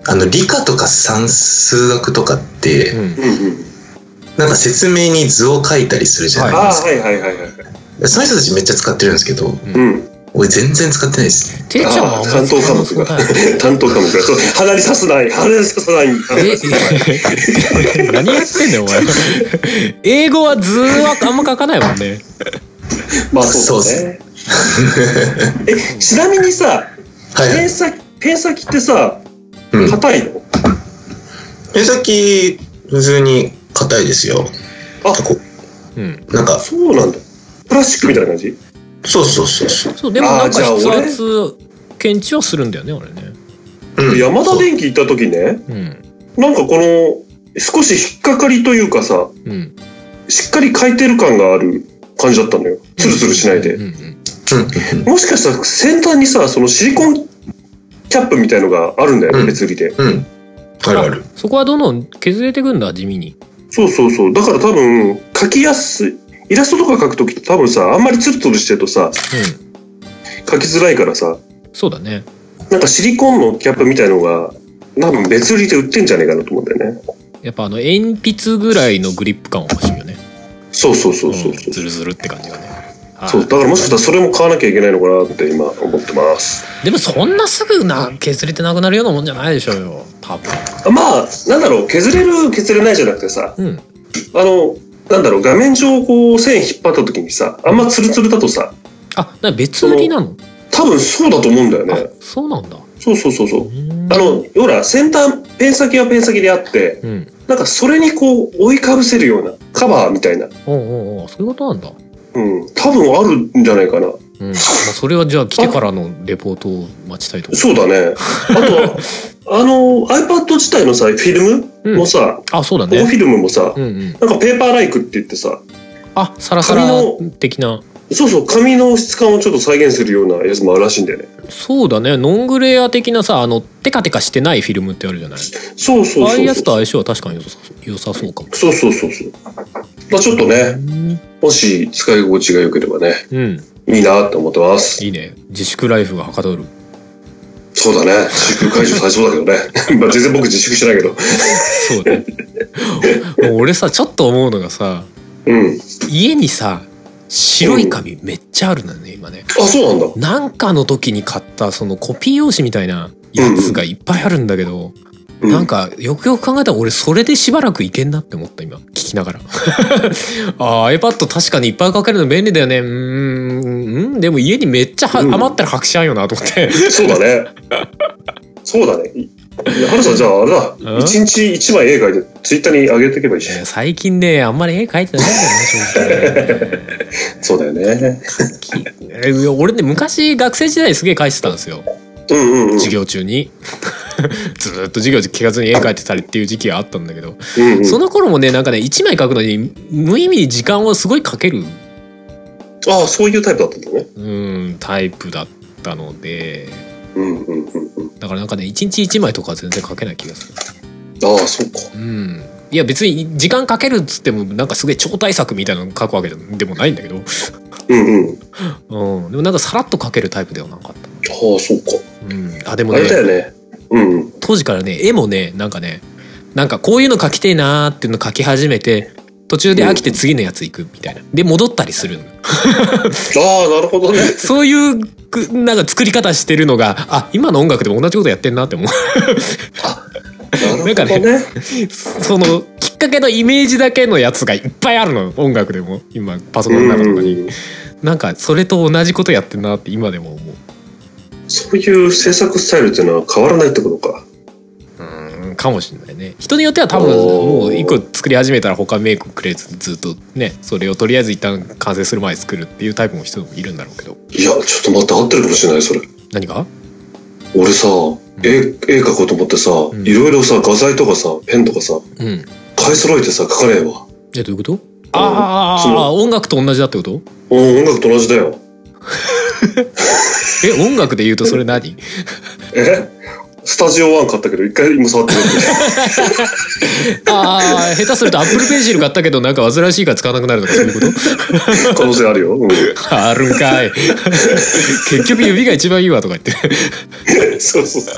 Speaker 4: あの、理科とか算数学とかって、
Speaker 1: うん。
Speaker 2: うんうん
Speaker 4: なんか説明に図を書いたりするじゃない
Speaker 2: あ
Speaker 4: で
Speaker 2: あ
Speaker 4: すか。
Speaker 2: はいはいはいはい
Speaker 4: その人たちめっちゃ使ってるんですけど、
Speaker 2: うん
Speaker 4: 俺全然使ってないですね。
Speaker 1: てっちゃんはあんまり
Speaker 2: 担当科目が
Speaker 1: 使わなそうだよね
Speaker 2: 担当科目がそう鼻に刺すない鼻に刺さない
Speaker 1: え、何やってんだよ、お前。英語は図はあんま書かないもんね。
Speaker 2: まあそうだねえちなみにさ
Speaker 4: はい。
Speaker 2: ペン先ペン先ってさ
Speaker 4: うん。
Speaker 2: 硬いの
Speaker 4: ペン先、普通に硬いですよ。
Speaker 2: あ
Speaker 4: こ
Speaker 1: うん。
Speaker 4: うなんか、
Speaker 2: そうなんだプラスチックみたいな感じ
Speaker 4: そうそうそうそう。
Speaker 1: そう、でもなんか
Speaker 2: あーじゃあ俺
Speaker 1: 筆圧検知はするんだよね、俺ね。
Speaker 4: うん、
Speaker 2: 山田電機行った時ね
Speaker 1: うん。
Speaker 2: なんかこの少し引っかかりというかさ
Speaker 1: うん。
Speaker 2: しっかり書いてる感がある感じだったのよツルツルしないで
Speaker 1: うんうん。
Speaker 4: そううん
Speaker 2: もしかしたら先端にさそのシリコンキャップみたいのがあるんだよ
Speaker 4: う
Speaker 2: ね
Speaker 4: ん
Speaker 2: 別売りで
Speaker 4: うん。うん。あるある。
Speaker 1: そこはどんどん削れてくんだ、地味に。
Speaker 2: そうそうそうだから多分書きやすいイラストとか書く時って多分さあんまりツルツルしてると
Speaker 1: う
Speaker 2: さ
Speaker 1: ん。
Speaker 2: 書きづらいからさ
Speaker 1: そうだね。
Speaker 2: なんかシリコンのキャップみたいのが多分別売りで売ってんじゃねえかなと思うんだよね
Speaker 1: やっぱあの、鉛筆ぐらいのグリップ感は欲しいよね。
Speaker 2: そうそうそうそう
Speaker 1: うん
Speaker 2: そう
Speaker 1: ズルズルって感じがね。はい
Speaker 2: そうだからもしかしたらそれも買わなきゃいけないのかなって今思ってます
Speaker 1: でもそんなすぐな削れてなくなるようなもんじゃないでしょうよ多分
Speaker 2: まあなんだろう削れる削れないじゃなくてさ
Speaker 1: うん
Speaker 2: あのなんだろう画面上こう線引っ張った時にさあんまツルツルだとさ
Speaker 1: あな別売りなの
Speaker 2: 多分そうだと思うんだよ
Speaker 1: あ
Speaker 2: ね
Speaker 1: そうなんだ
Speaker 2: そうそうそうそう
Speaker 1: うん
Speaker 2: あのほら先端ペン先はペン先であって
Speaker 1: うん
Speaker 2: なんかそれにこう覆いかぶせるようなカバーみたいな
Speaker 1: おうおうおうそういうことなんだ
Speaker 2: うん多分あるんじゃないかな
Speaker 1: うん、まあ、それはじゃあ来てからのレポートを待ちたいと思
Speaker 2: そうだねあ とはあの iPad 自体のさフィルムもさ、
Speaker 1: あそうだ
Speaker 2: 保護
Speaker 1: ね
Speaker 2: フィルムもさ
Speaker 1: うんうん
Speaker 2: なんかペーパーライクって言ってさ
Speaker 1: あサラサラ的な
Speaker 2: そうそう紙の質感をちょっと再現するようなやつもあるらしいんだよね
Speaker 1: そうだねノングレア的なさあのテカテカしてないフィルムってあるじゃない
Speaker 2: そうそう
Speaker 1: ああいう
Speaker 2: そう
Speaker 1: やつと
Speaker 2: そ
Speaker 1: 相
Speaker 2: う
Speaker 1: 性は確かに良さそう良さそうかも
Speaker 2: そうそうそうそうまあちょっと
Speaker 1: う
Speaker 2: ね
Speaker 1: ん、
Speaker 2: もし使い心地が良ければね
Speaker 1: うん、
Speaker 2: いいなって思ってます
Speaker 1: いいね自粛ライフがはかどる
Speaker 2: そうだね自粛解除されそうだけどね まあ全然僕自粛してないけど
Speaker 1: そうだね もう俺さちょっと思うのがさ
Speaker 2: うん
Speaker 1: 家にさ白い紙めっちゃあるのよね今ね
Speaker 2: あそうなん
Speaker 1: な
Speaker 2: だ
Speaker 1: んかの時に買ったそのコピー用紙みたいなやつがいっぱいあるんだけど、
Speaker 2: うん
Speaker 1: なんかよくよく考えたら俺それでしばらくいけんなって思った今聞きながら あー iPad 確かにいっぱいかけるの便利だよねうーんうんでも家にめっちゃは
Speaker 2: うん
Speaker 1: 余ったら白紙あんよなと思 って、
Speaker 2: そうだね。そうだね。いいや、ハルさん、じゃあ、あれ
Speaker 1: ん
Speaker 2: だ。一日一枚絵描いて、ツイッターに上げていけばいいし。
Speaker 1: 最近ねあんまり絵描いてないんだよね正直ね
Speaker 2: そうだよね。
Speaker 1: え いや俺ね昔学生時代すげえ描いてたんですよ
Speaker 2: うんうんうん。
Speaker 1: 授業中に ずーっと授業中聞かずに絵描いてたりっていう時期があったんだけど、
Speaker 2: うんうん
Speaker 1: その頃もねなんかね1枚描くのに無意味に時間をすごいかける
Speaker 2: ああ、そういうタイプだったんだね。
Speaker 1: うんタイプだったので
Speaker 2: うんうんうんうん。
Speaker 1: だからなんかね1日1枚とかは全然描けない気がする
Speaker 2: ああ、そうか。
Speaker 1: うんいや別に時間かけるっつってもなんかすごい超大作みたいなの描くわけでもないんだけど、
Speaker 2: うんうん。
Speaker 1: うん、でもなんかさらっと描けるタイプではなかった、
Speaker 2: ああ、そうか。
Speaker 1: うん、あでも
Speaker 2: あれだ
Speaker 1: ね
Speaker 2: よね。うんうん。
Speaker 1: 当時からね絵もねなんかねなんかこういうの描きてえなーっていうの描き始めて途中で飽きて次のやつ行くみたいなで戻ったりするの
Speaker 2: ああ、なるほ どね。
Speaker 1: そういうくなんか作り方してるのがあ今の音楽でも同じことやってんなって思う
Speaker 2: な
Speaker 1: な
Speaker 2: る
Speaker 1: んかね
Speaker 2: ほどね。
Speaker 1: そのきっかけのイメージだけのやつがいっぱいあるの音楽でも今パソコンの中とかに
Speaker 2: うん
Speaker 1: なんかそれと同じことやってんなって今でも思う
Speaker 2: そういう制作スタイルっていうのは変わらないってことか。
Speaker 1: うーんかもしれないね人によっては多分
Speaker 2: おー
Speaker 1: もう一個作り始めたら他メイクくれずずっとねそれをとりあえず一旦完成する前に作るっていうタイプの人もいるんだろうけど
Speaker 2: いや、ちょっと待って、合ってるかもしれない、それ。
Speaker 1: 何が
Speaker 2: 俺さ、絵、絵描こうと思ってさ、
Speaker 1: ん
Speaker 2: いろいろさ、画材とかさ、ペンとかさ、
Speaker 1: うん
Speaker 2: 買い揃えてさ、描かねえわ。
Speaker 1: えどういうことあーあーあー
Speaker 2: その
Speaker 1: 音楽と同じだってこと
Speaker 2: うん、音楽と同じだよ。
Speaker 1: え音楽で言うとそれ 何
Speaker 2: えスタジオワン買ったけど、一回も触ってない。
Speaker 1: ああ下手するとアップルペンシル買ったけどなんか煩わしいから使わなくなるとかそういうこと
Speaker 2: 可能性あるよ。うん。
Speaker 1: あるんかい結局指が一番いいわとか言って
Speaker 2: そうそうそう。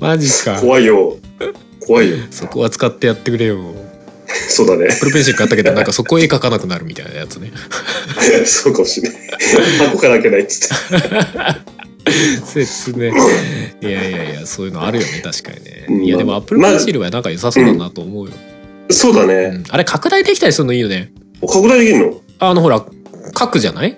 Speaker 1: マジか
Speaker 2: 怖いよ。怖いよ。
Speaker 1: そこは使ってやってくれよ
Speaker 2: そうだね。
Speaker 1: プルペンシル買ったけどなんかそこ絵描かなくなるみたいなやつね
Speaker 2: そうかもしれない。箱から開けないっつっ
Speaker 1: 説明いやいやいやそういうのあるよね確かにね
Speaker 2: うん
Speaker 1: いやでもアップルペンシルはなんか良さそうだなと思うよ、
Speaker 2: て。そうだ
Speaker 1: う
Speaker 2: ね。
Speaker 1: んあれ拡大できたりするのいいよね
Speaker 2: 拡大できるの
Speaker 1: あのほら書くじゃない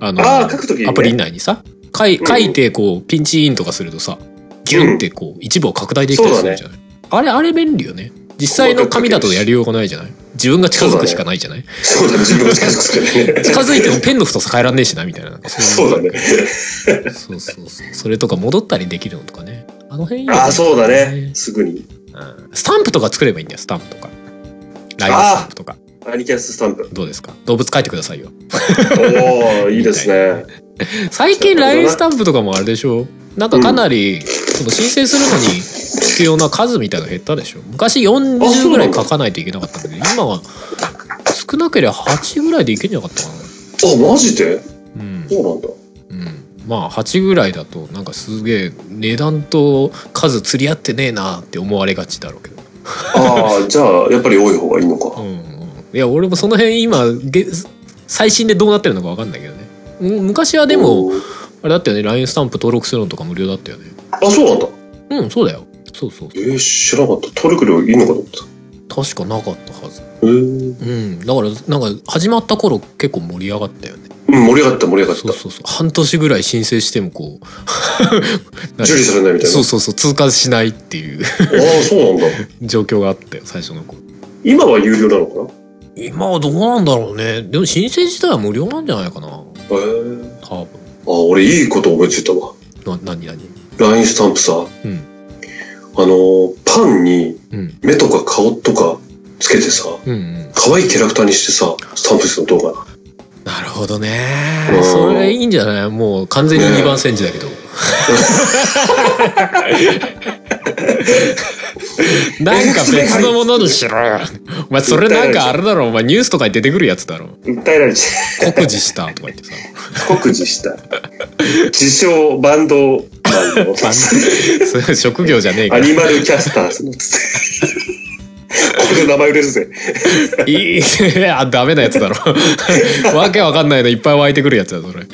Speaker 1: あの
Speaker 2: ああ、書くときに、ね。
Speaker 1: アプリ内にさ書い
Speaker 2: うん
Speaker 1: 書いてこうピンチインとかするとさギュンってこう一部を拡大できたりするじゃない、あれあれ便利よね実際の紙だとやりようがないじゃない自分が近づくしかないじゃない、
Speaker 2: そうだね。自分が近づくとかね。
Speaker 1: 近づいてもペンの太さ変えらんねえしなみたいな
Speaker 2: そうだね。
Speaker 1: そうそうそうそれとか戻ったりできるのとかねあの辺いいよね
Speaker 2: ああ、そうだね。すぐに。
Speaker 1: うんスタンプとか作ればいいんだよスタンプとかラインスタンプとか
Speaker 2: アニキャススタンプ。
Speaker 1: どうですか動物書いてくださいよ
Speaker 2: おおいいですね。
Speaker 1: 最近 LINE スタンプとかもあれでしょなんかかなり、その申請するのに必要な数みたいなの減ったでしょ昔
Speaker 2: あそうな
Speaker 1: 40
Speaker 2: ん
Speaker 1: ぐらい
Speaker 2: だ
Speaker 1: 書かないといけなかったんだけど今は少なければ8ぐらいでいけんじゃなかったか
Speaker 2: あ、マジで
Speaker 1: なうん、
Speaker 2: そうなんだ。
Speaker 1: うん、まあ8ぐらいだとなんかすげえ値段と数釣り合ってねえなって思われがちだろうけど
Speaker 2: ああ、じゃあ、やっぱり多い方がいいのか。
Speaker 1: うんうんいや俺もその辺今げ最新でどうなってるのか分かんないけどねうん昔はでも
Speaker 2: う
Speaker 1: あ
Speaker 2: ん、
Speaker 1: れだったよね LINE スタンプ登録するのとか無料だったよね
Speaker 2: あ、そうなんだ。
Speaker 1: うんそうだよそうそう
Speaker 2: えー、知らなかった。登録料いいのかと思ってた。
Speaker 1: 確かなかったはず
Speaker 2: えー、
Speaker 1: うんだからなんか始まった頃結構盛り上がったよね
Speaker 2: うん、盛り上がった、盛り上がっ
Speaker 1: そう
Speaker 2: た。
Speaker 1: そうそう半年ぐらい申請しても こう
Speaker 2: 受理されないみたいな。
Speaker 1: そうそうそう通過しないっていう
Speaker 2: ああ、そうなんだ。
Speaker 1: 状況があったよ最初の頃
Speaker 2: 今は有料なのかな
Speaker 1: 今はどうなんだろうねでも申請自体は無料なんじゃないかな
Speaker 2: えー、
Speaker 1: 多分
Speaker 2: あ、俺いいこと思いついたわ。
Speaker 1: な何何
Speaker 2: LINE スタンプさ、
Speaker 1: うん
Speaker 2: あのー、パンに
Speaker 1: うん
Speaker 2: 目とか顔とかつけてさ、
Speaker 1: うんうん
Speaker 2: 可愛いキャラクターにしてさ、スタンプするのどうか
Speaker 1: なるほどね
Speaker 2: うん
Speaker 1: それいいんじゃないもう完全に
Speaker 2: ね
Speaker 1: 2番煎じだけど なんか別のものにしろよお前それなんかあれだろお前ニュースとかに出てくるやつだろ
Speaker 2: な。訴えられちゃ
Speaker 1: 酷似したとか言ってさ
Speaker 2: う。告示した。自称バンド、バン ド。
Speaker 1: それ職業じゃねえか
Speaker 2: ア
Speaker 1: ら
Speaker 2: ニマルキャスターズのつって。これで名前売れるぜ。
Speaker 1: い いあダメなやつだろ わけわかんないのいっぱい湧いてくるやつだそれ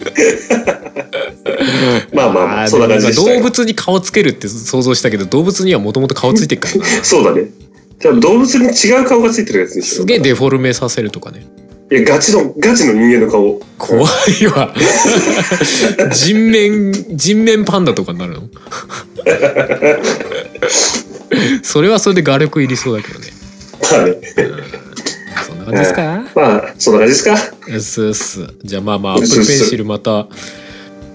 Speaker 2: まあまあまあ、
Speaker 1: ー
Speaker 2: そんな感じで
Speaker 1: で
Speaker 2: し
Speaker 1: も
Speaker 2: た
Speaker 1: 動
Speaker 2: よ。
Speaker 1: 物に顔つけるって想像したけど動物にはもともと顔ついてるからな
Speaker 2: そうだね。じゃあ動物に違う顔がついてるやつにしよ
Speaker 1: す
Speaker 2: う
Speaker 1: げえデフォルメさせるとかね
Speaker 2: いや、ガチの、ガチの人間の顔。
Speaker 1: 怖いわ人面人面パンダとかになるのそれはそれで画力いりそうだけどね
Speaker 2: まあね。
Speaker 1: そんな感じですか、
Speaker 2: まあ、そんな感じですか
Speaker 1: うっすうっすじゃあまあまあアッ
Speaker 2: うっ
Speaker 1: プル
Speaker 2: す
Speaker 1: ペ
Speaker 2: う
Speaker 1: ン
Speaker 2: っす
Speaker 1: シルまた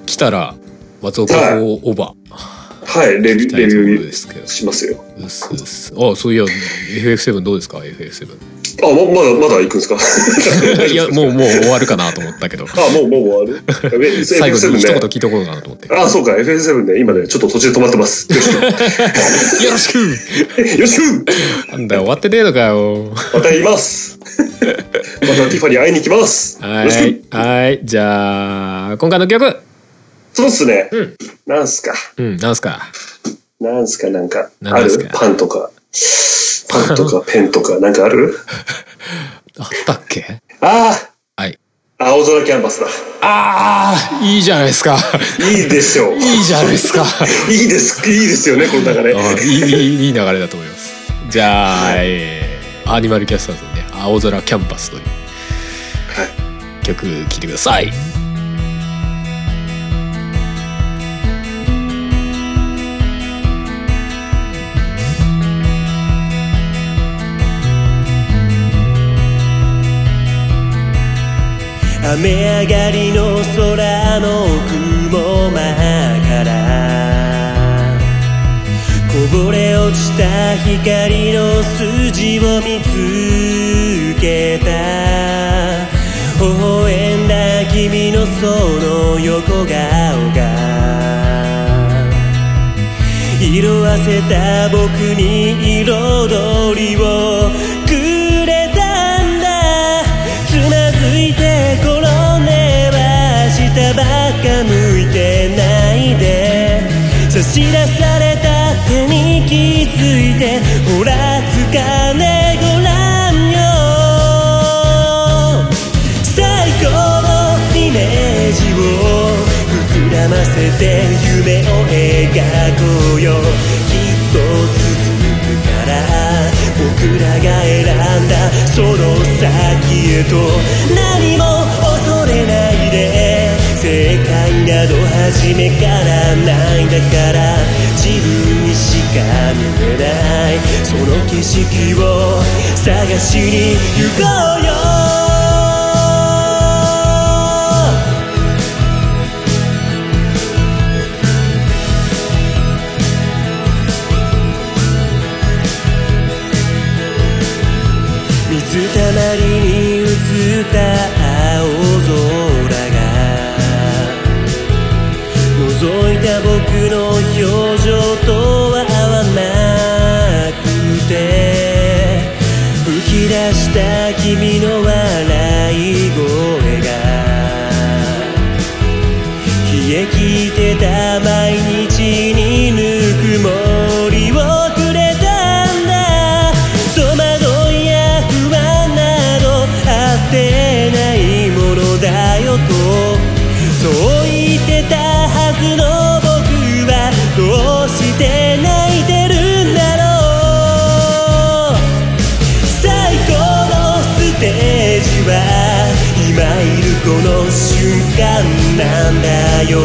Speaker 1: 来たら松岡法オーバー
Speaker 2: はい、レ
Speaker 1: 来
Speaker 2: ビュー、
Speaker 1: たい
Speaker 2: レ
Speaker 1: ところ
Speaker 2: ビュ
Speaker 1: ですけど
Speaker 2: ーしますよ。
Speaker 1: うっすうっすあそういや FF7 どうですか FF7
Speaker 2: あ、ままだ、まだ行くんですか
Speaker 1: いやもうもう終わるかなと思ったけど
Speaker 2: あ、もう、もう終 わる。やべ FF7
Speaker 1: 最後に一言
Speaker 2: ね。
Speaker 1: 聞いとこうかなと思ってよ
Speaker 2: あ、そうか、FF7 ね、今ね、ちょっと途中で止まってます。よ
Speaker 1: ろし く
Speaker 2: ろしく
Speaker 1: なんだよ終わってねえのかよ
Speaker 2: また言 います。またティファに会いに行きます。
Speaker 1: は
Speaker 2: よろし
Speaker 1: い
Speaker 2: く。。
Speaker 1: はい。じゃあ、今回の曲。
Speaker 2: そうっすね。
Speaker 1: うん
Speaker 2: なんすか。
Speaker 1: うん、なんすか。
Speaker 2: なんすか、なんか。あ
Speaker 1: なんすか
Speaker 2: るパンとか。パン とか、ペンとか、なんかある
Speaker 1: あったっけ
Speaker 2: ああ
Speaker 1: はい。
Speaker 2: 青空キャンバスだ。
Speaker 1: ああ、いいじゃない ですか。
Speaker 2: いいでしょう。
Speaker 1: いいじゃないですか。
Speaker 2: いいです、いいですよね、この中ね。
Speaker 1: あいい、いい、いい流れだと思います。じゃあ、えーアニマルキャスターズのね、青空キャンパスという曲聴いてください。
Speaker 5: 雨上がりの空の雲間からこぼれ落ちた光の筋を見つけた微笑んだ君君のその横顔が色あせた僕に彩りをくれたんだつまずいて転んでは下ばっか向いてないで差し出された手に気づいてほら掴んでごらんよ最高のイメージを膨らませて夢を描こうよきっと続くから僕らが選んだその先へと何も恐れないで正解など初めからないんだから自分にしか見えないその景色を探しに行こうよ水たまりに映った青空が覗いた僕の表情とは合わなくて吹き出した君の笑い声が冷え切ってた毎日にぬくもりをくれたんだ戸惑いや不安などあってないものだよとそう言ってたはずの僕はどうして泣いてるんだろう最高のステージは今いるこの瞬間なんだよ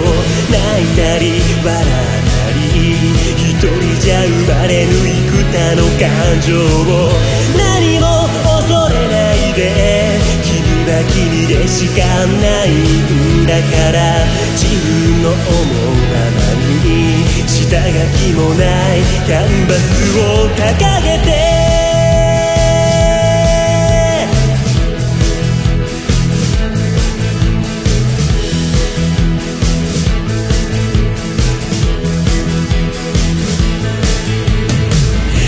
Speaker 5: 泣いたり笑ったり一人じゃ生まれぬ幾多の感情を何も恐れないで君は君でしかないんだから自分の思うままに下書きもないキャンバスを掲げて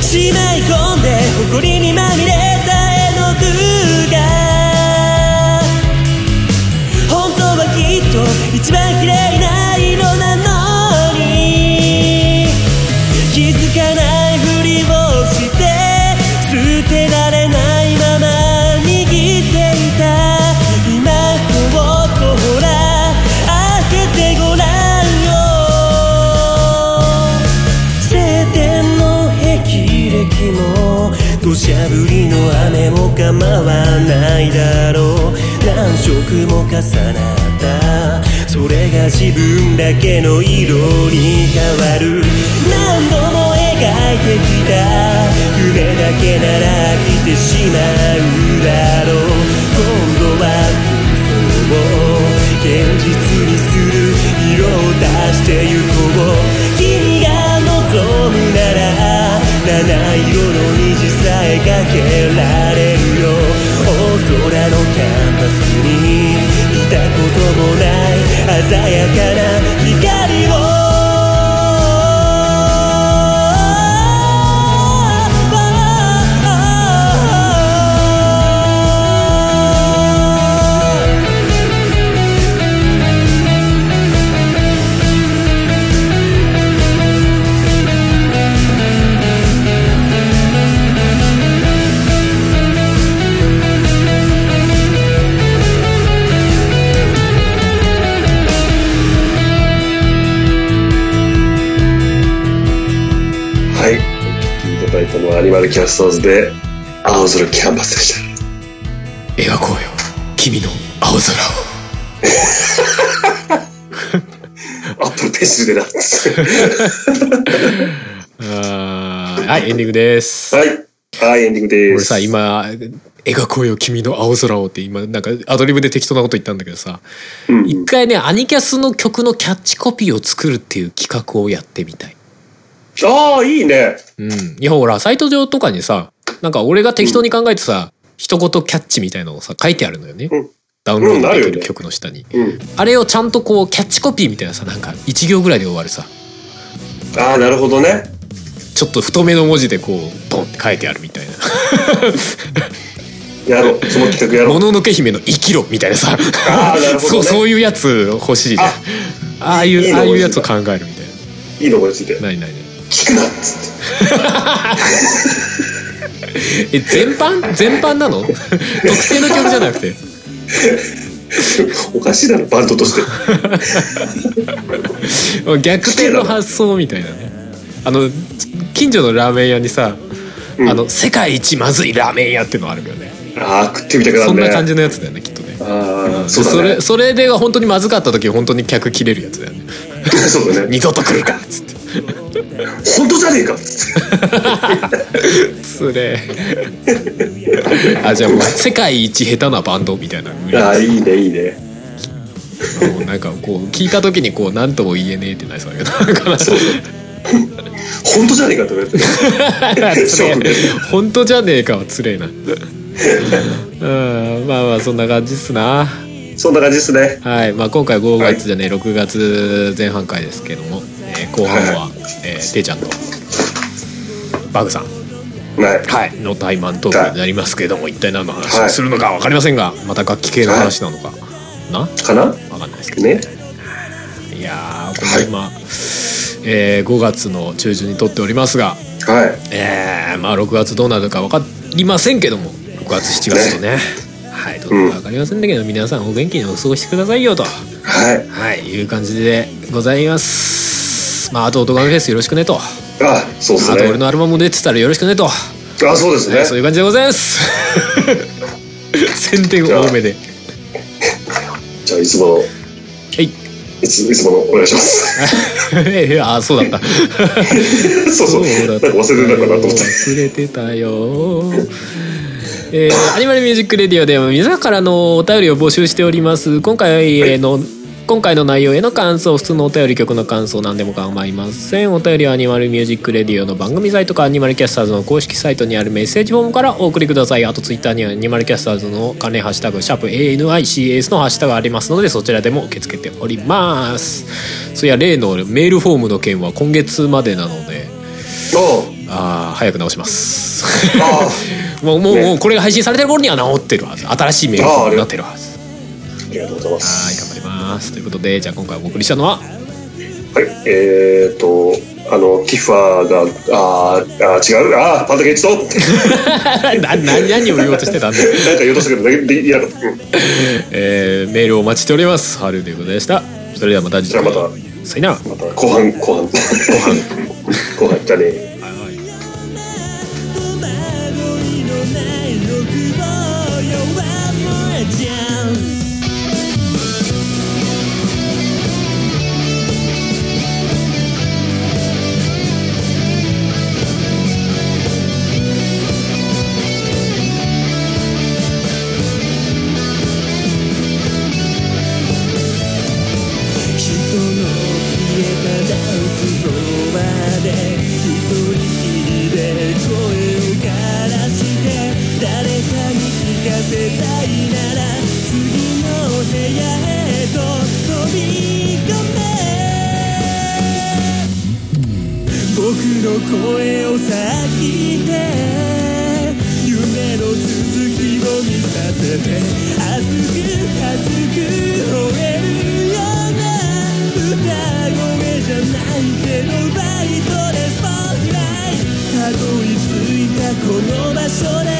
Speaker 5: しまい込んで埃にまみれた絵の具が本当はきっと一番綺麗な色なのに気づかないふりをして捨てられないまま握っていた今そっとほら開けてごらんよ晴天の霹靂も土砂降りの雨も構わないだろう何色も重なったそれが自分だけの色に変わる何度も描いてきた夢だけなら来てしまうだろう今度は現実にする色を出してゆこう君が望むなら七色の虹さえかけられるよ大空のキャンバスに見たこともない鮮やかな光を
Speaker 2: はい。お聞きいただいたのはアニマルキャスターズで、青空キャンバスでした。
Speaker 1: 描こうよ君の青空を
Speaker 2: アップルペンシルでな。 は
Speaker 1: あーはいエンディングです、
Speaker 2: い。はい、エンディングで
Speaker 1: 俺
Speaker 2: す。
Speaker 1: さ今「描こうよ君の青空を」って今なんかアドリブで適当なこと言ったんだけどさ
Speaker 2: うん
Speaker 1: 一回ねアニキャスの曲のキャッチコピーを作るっていう企画をやってみたい。
Speaker 2: ああ、いいね。
Speaker 1: うん、いやほらサイト上とかにさなんか俺が適当に考えてさ、一言キャッチみたいなのをさ書いてあるのよね。
Speaker 2: うん
Speaker 1: ダウンロードでき
Speaker 2: うんなるよ
Speaker 1: る
Speaker 2: ね
Speaker 1: 曲の下に、
Speaker 2: うん。
Speaker 1: あれをちゃんとこうキャッチコピーみたいなさなんか1行ぐらいで終わるさ
Speaker 2: ああ、なるほどね。
Speaker 1: ちょっと太めの文字でこうボンって書いてあるみ たいな
Speaker 2: やろう。その企画や
Speaker 1: 「
Speaker 2: ろ
Speaker 1: も
Speaker 2: う。
Speaker 1: ののけ姫の生きろ」みたいなさ
Speaker 2: あーなるほどね
Speaker 1: そうそういうやつ欲しいじゃん
Speaker 2: あ
Speaker 1: ああい
Speaker 2: いいうの
Speaker 1: ああいうやつを考えるみたい
Speaker 2: いいのこれついて。
Speaker 1: なないないない
Speaker 2: 聞くなっつって。
Speaker 1: え全般全般なの 特定の曲じゃなくて
Speaker 2: おかしいだろ、バンド として。
Speaker 1: 逆転の発想みたいなねあの近所のラーメン屋にさ、
Speaker 2: うん
Speaker 1: あの世界一まずいラーメン屋っていうのあるよね
Speaker 2: ああ、食ってみたくな
Speaker 1: そ
Speaker 2: る
Speaker 1: ん
Speaker 2: ね。
Speaker 1: な感じのやつだよねきっとね
Speaker 2: ああ、そ
Speaker 1: そう
Speaker 2: だね
Speaker 1: れ。それで本当にまずかった時本当に客切れるやつだよね
Speaker 2: そうだね。
Speaker 1: 二度と来るかっつって
Speaker 2: 本当じゃねえかっつって。
Speaker 1: そ れあじゃあもう世界一下手なバンドみたいな
Speaker 2: ああ、いいね、いいね。
Speaker 1: もうなんかこう聞いた時にこう何とも言えねえってな りそうだけどなんかな
Speaker 2: 本当じゃねえかって言われて。
Speaker 1: つれえ本当じゃねえかはつれえ なうんまあまあそんな感じっすな
Speaker 2: そんな感じですね。
Speaker 1: はい、まあ、今回5月じゃね、6月前半回ですけども、えー後半は、えー、ていちゃんとバグさん、
Speaker 2: はい。
Speaker 1: はい、の対マントークになりますけども、一体何の話をするのか分かりませんがまた楽器系の話なのか、な
Speaker 2: かな
Speaker 1: 分かんないですけど
Speaker 2: ね。
Speaker 1: いやーこれ今、えー5月の中旬に撮っておりますが、
Speaker 2: はい。
Speaker 1: えーまあ、6月どうなるか分かりませんけども6月7月とねはいどうなるか分かりませんだけど、皆さんお元気にお過ごしくださいよと。
Speaker 2: はい。
Speaker 1: はい、いう感じでございます。まあ、あと、音楽フェスよろしくねと。あ
Speaker 2: ああ、そうです
Speaker 1: と、俺
Speaker 2: ね。
Speaker 1: のアルバムも出てたらよろしくねと。
Speaker 2: ああ、そうです
Speaker 1: ね、そう
Speaker 2: ね。
Speaker 1: いう感じでござい ます。宣伝多めで。
Speaker 2: じゃあ、いつもの、
Speaker 1: はい。
Speaker 2: いついつものお願いします。
Speaker 1: ええああ、そうだった。
Speaker 2: そうそう。
Speaker 1: だ
Speaker 2: な
Speaker 1: っ
Speaker 2: んか忘れてたかなと思って。
Speaker 1: 忘れてたよ。えー、アニマルミュージックレディオでは皆さんからのお便りを募集しております。今回への、今回の内容への感想、普通のお便り曲の感想、何でも構いません。お便りはアニマルミュージックレディオの番組サイトかアニマルキャスターズの公式サイトにあるメッセージフォームからお送りください。あとツイッターにはアニマルキャスターズの関連ハッシュタグ、シャープ ANICS のハッシュタグありますので、そちらでも受け付けております。そりゃ例のメールフォームの件は今月までなので、ああ早く直します
Speaker 2: ああ あ
Speaker 1: もうもう,、
Speaker 2: ね
Speaker 1: もうこれが配信されてる頃には治ってるはず新しいメールフォームになってるはずは
Speaker 2: あ、ありがとうございま
Speaker 1: い
Speaker 2: す。
Speaker 1: 頑張りますということでじゃあ今回お送りしたのは
Speaker 2: はい、えー、っと、あの、ティファーが、あーあー、違う、ああ、パンダ ケイチと、なんか
Speaker 1: な何何を言おうとしてたんだよ、
Speaker 2: 言おうとしたけど、ででいや、うんじ
Speaker 1: えーメールをお待ちしておりますハルでございましたそれではまた次
Speaker 2: ゃあ
Speaker 1: 回
Speaker 2: また、ま
Speaker 1: さよなら
Speaker 2: た、後半、後半、後半、 後半、じゃあね
Speaker 5: 戸惑いのない欲望よ One more chance 人の消えたダンスフロアで一人きりで声を枯らして誰かに聞かせたいなら次の部屋へと飛び込め僕の声を先で夢の続きを見させて熱く熱く吠えるような歌声じゃないけどライトでスポットライトたどり着いたこの場所で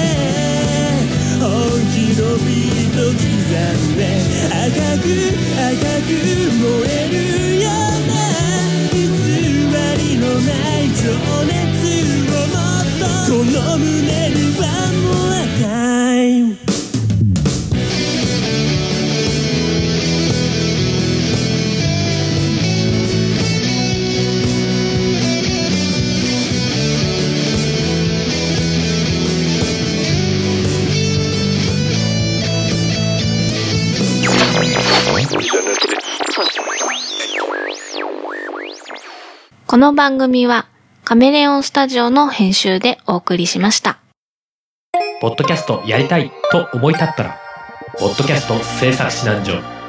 Speaker 5: 本気のビート刻んで赤く赤く燃えるような偽りのない情熱をもっとこの胸にはもう time
Speaker 6: この番組はカメレオンスタジオの編集でお送りしました。
Speaker 7: ポッドキャストやりたいと思い立ったら、
Speaker 5: ポッドキャスト制作指南所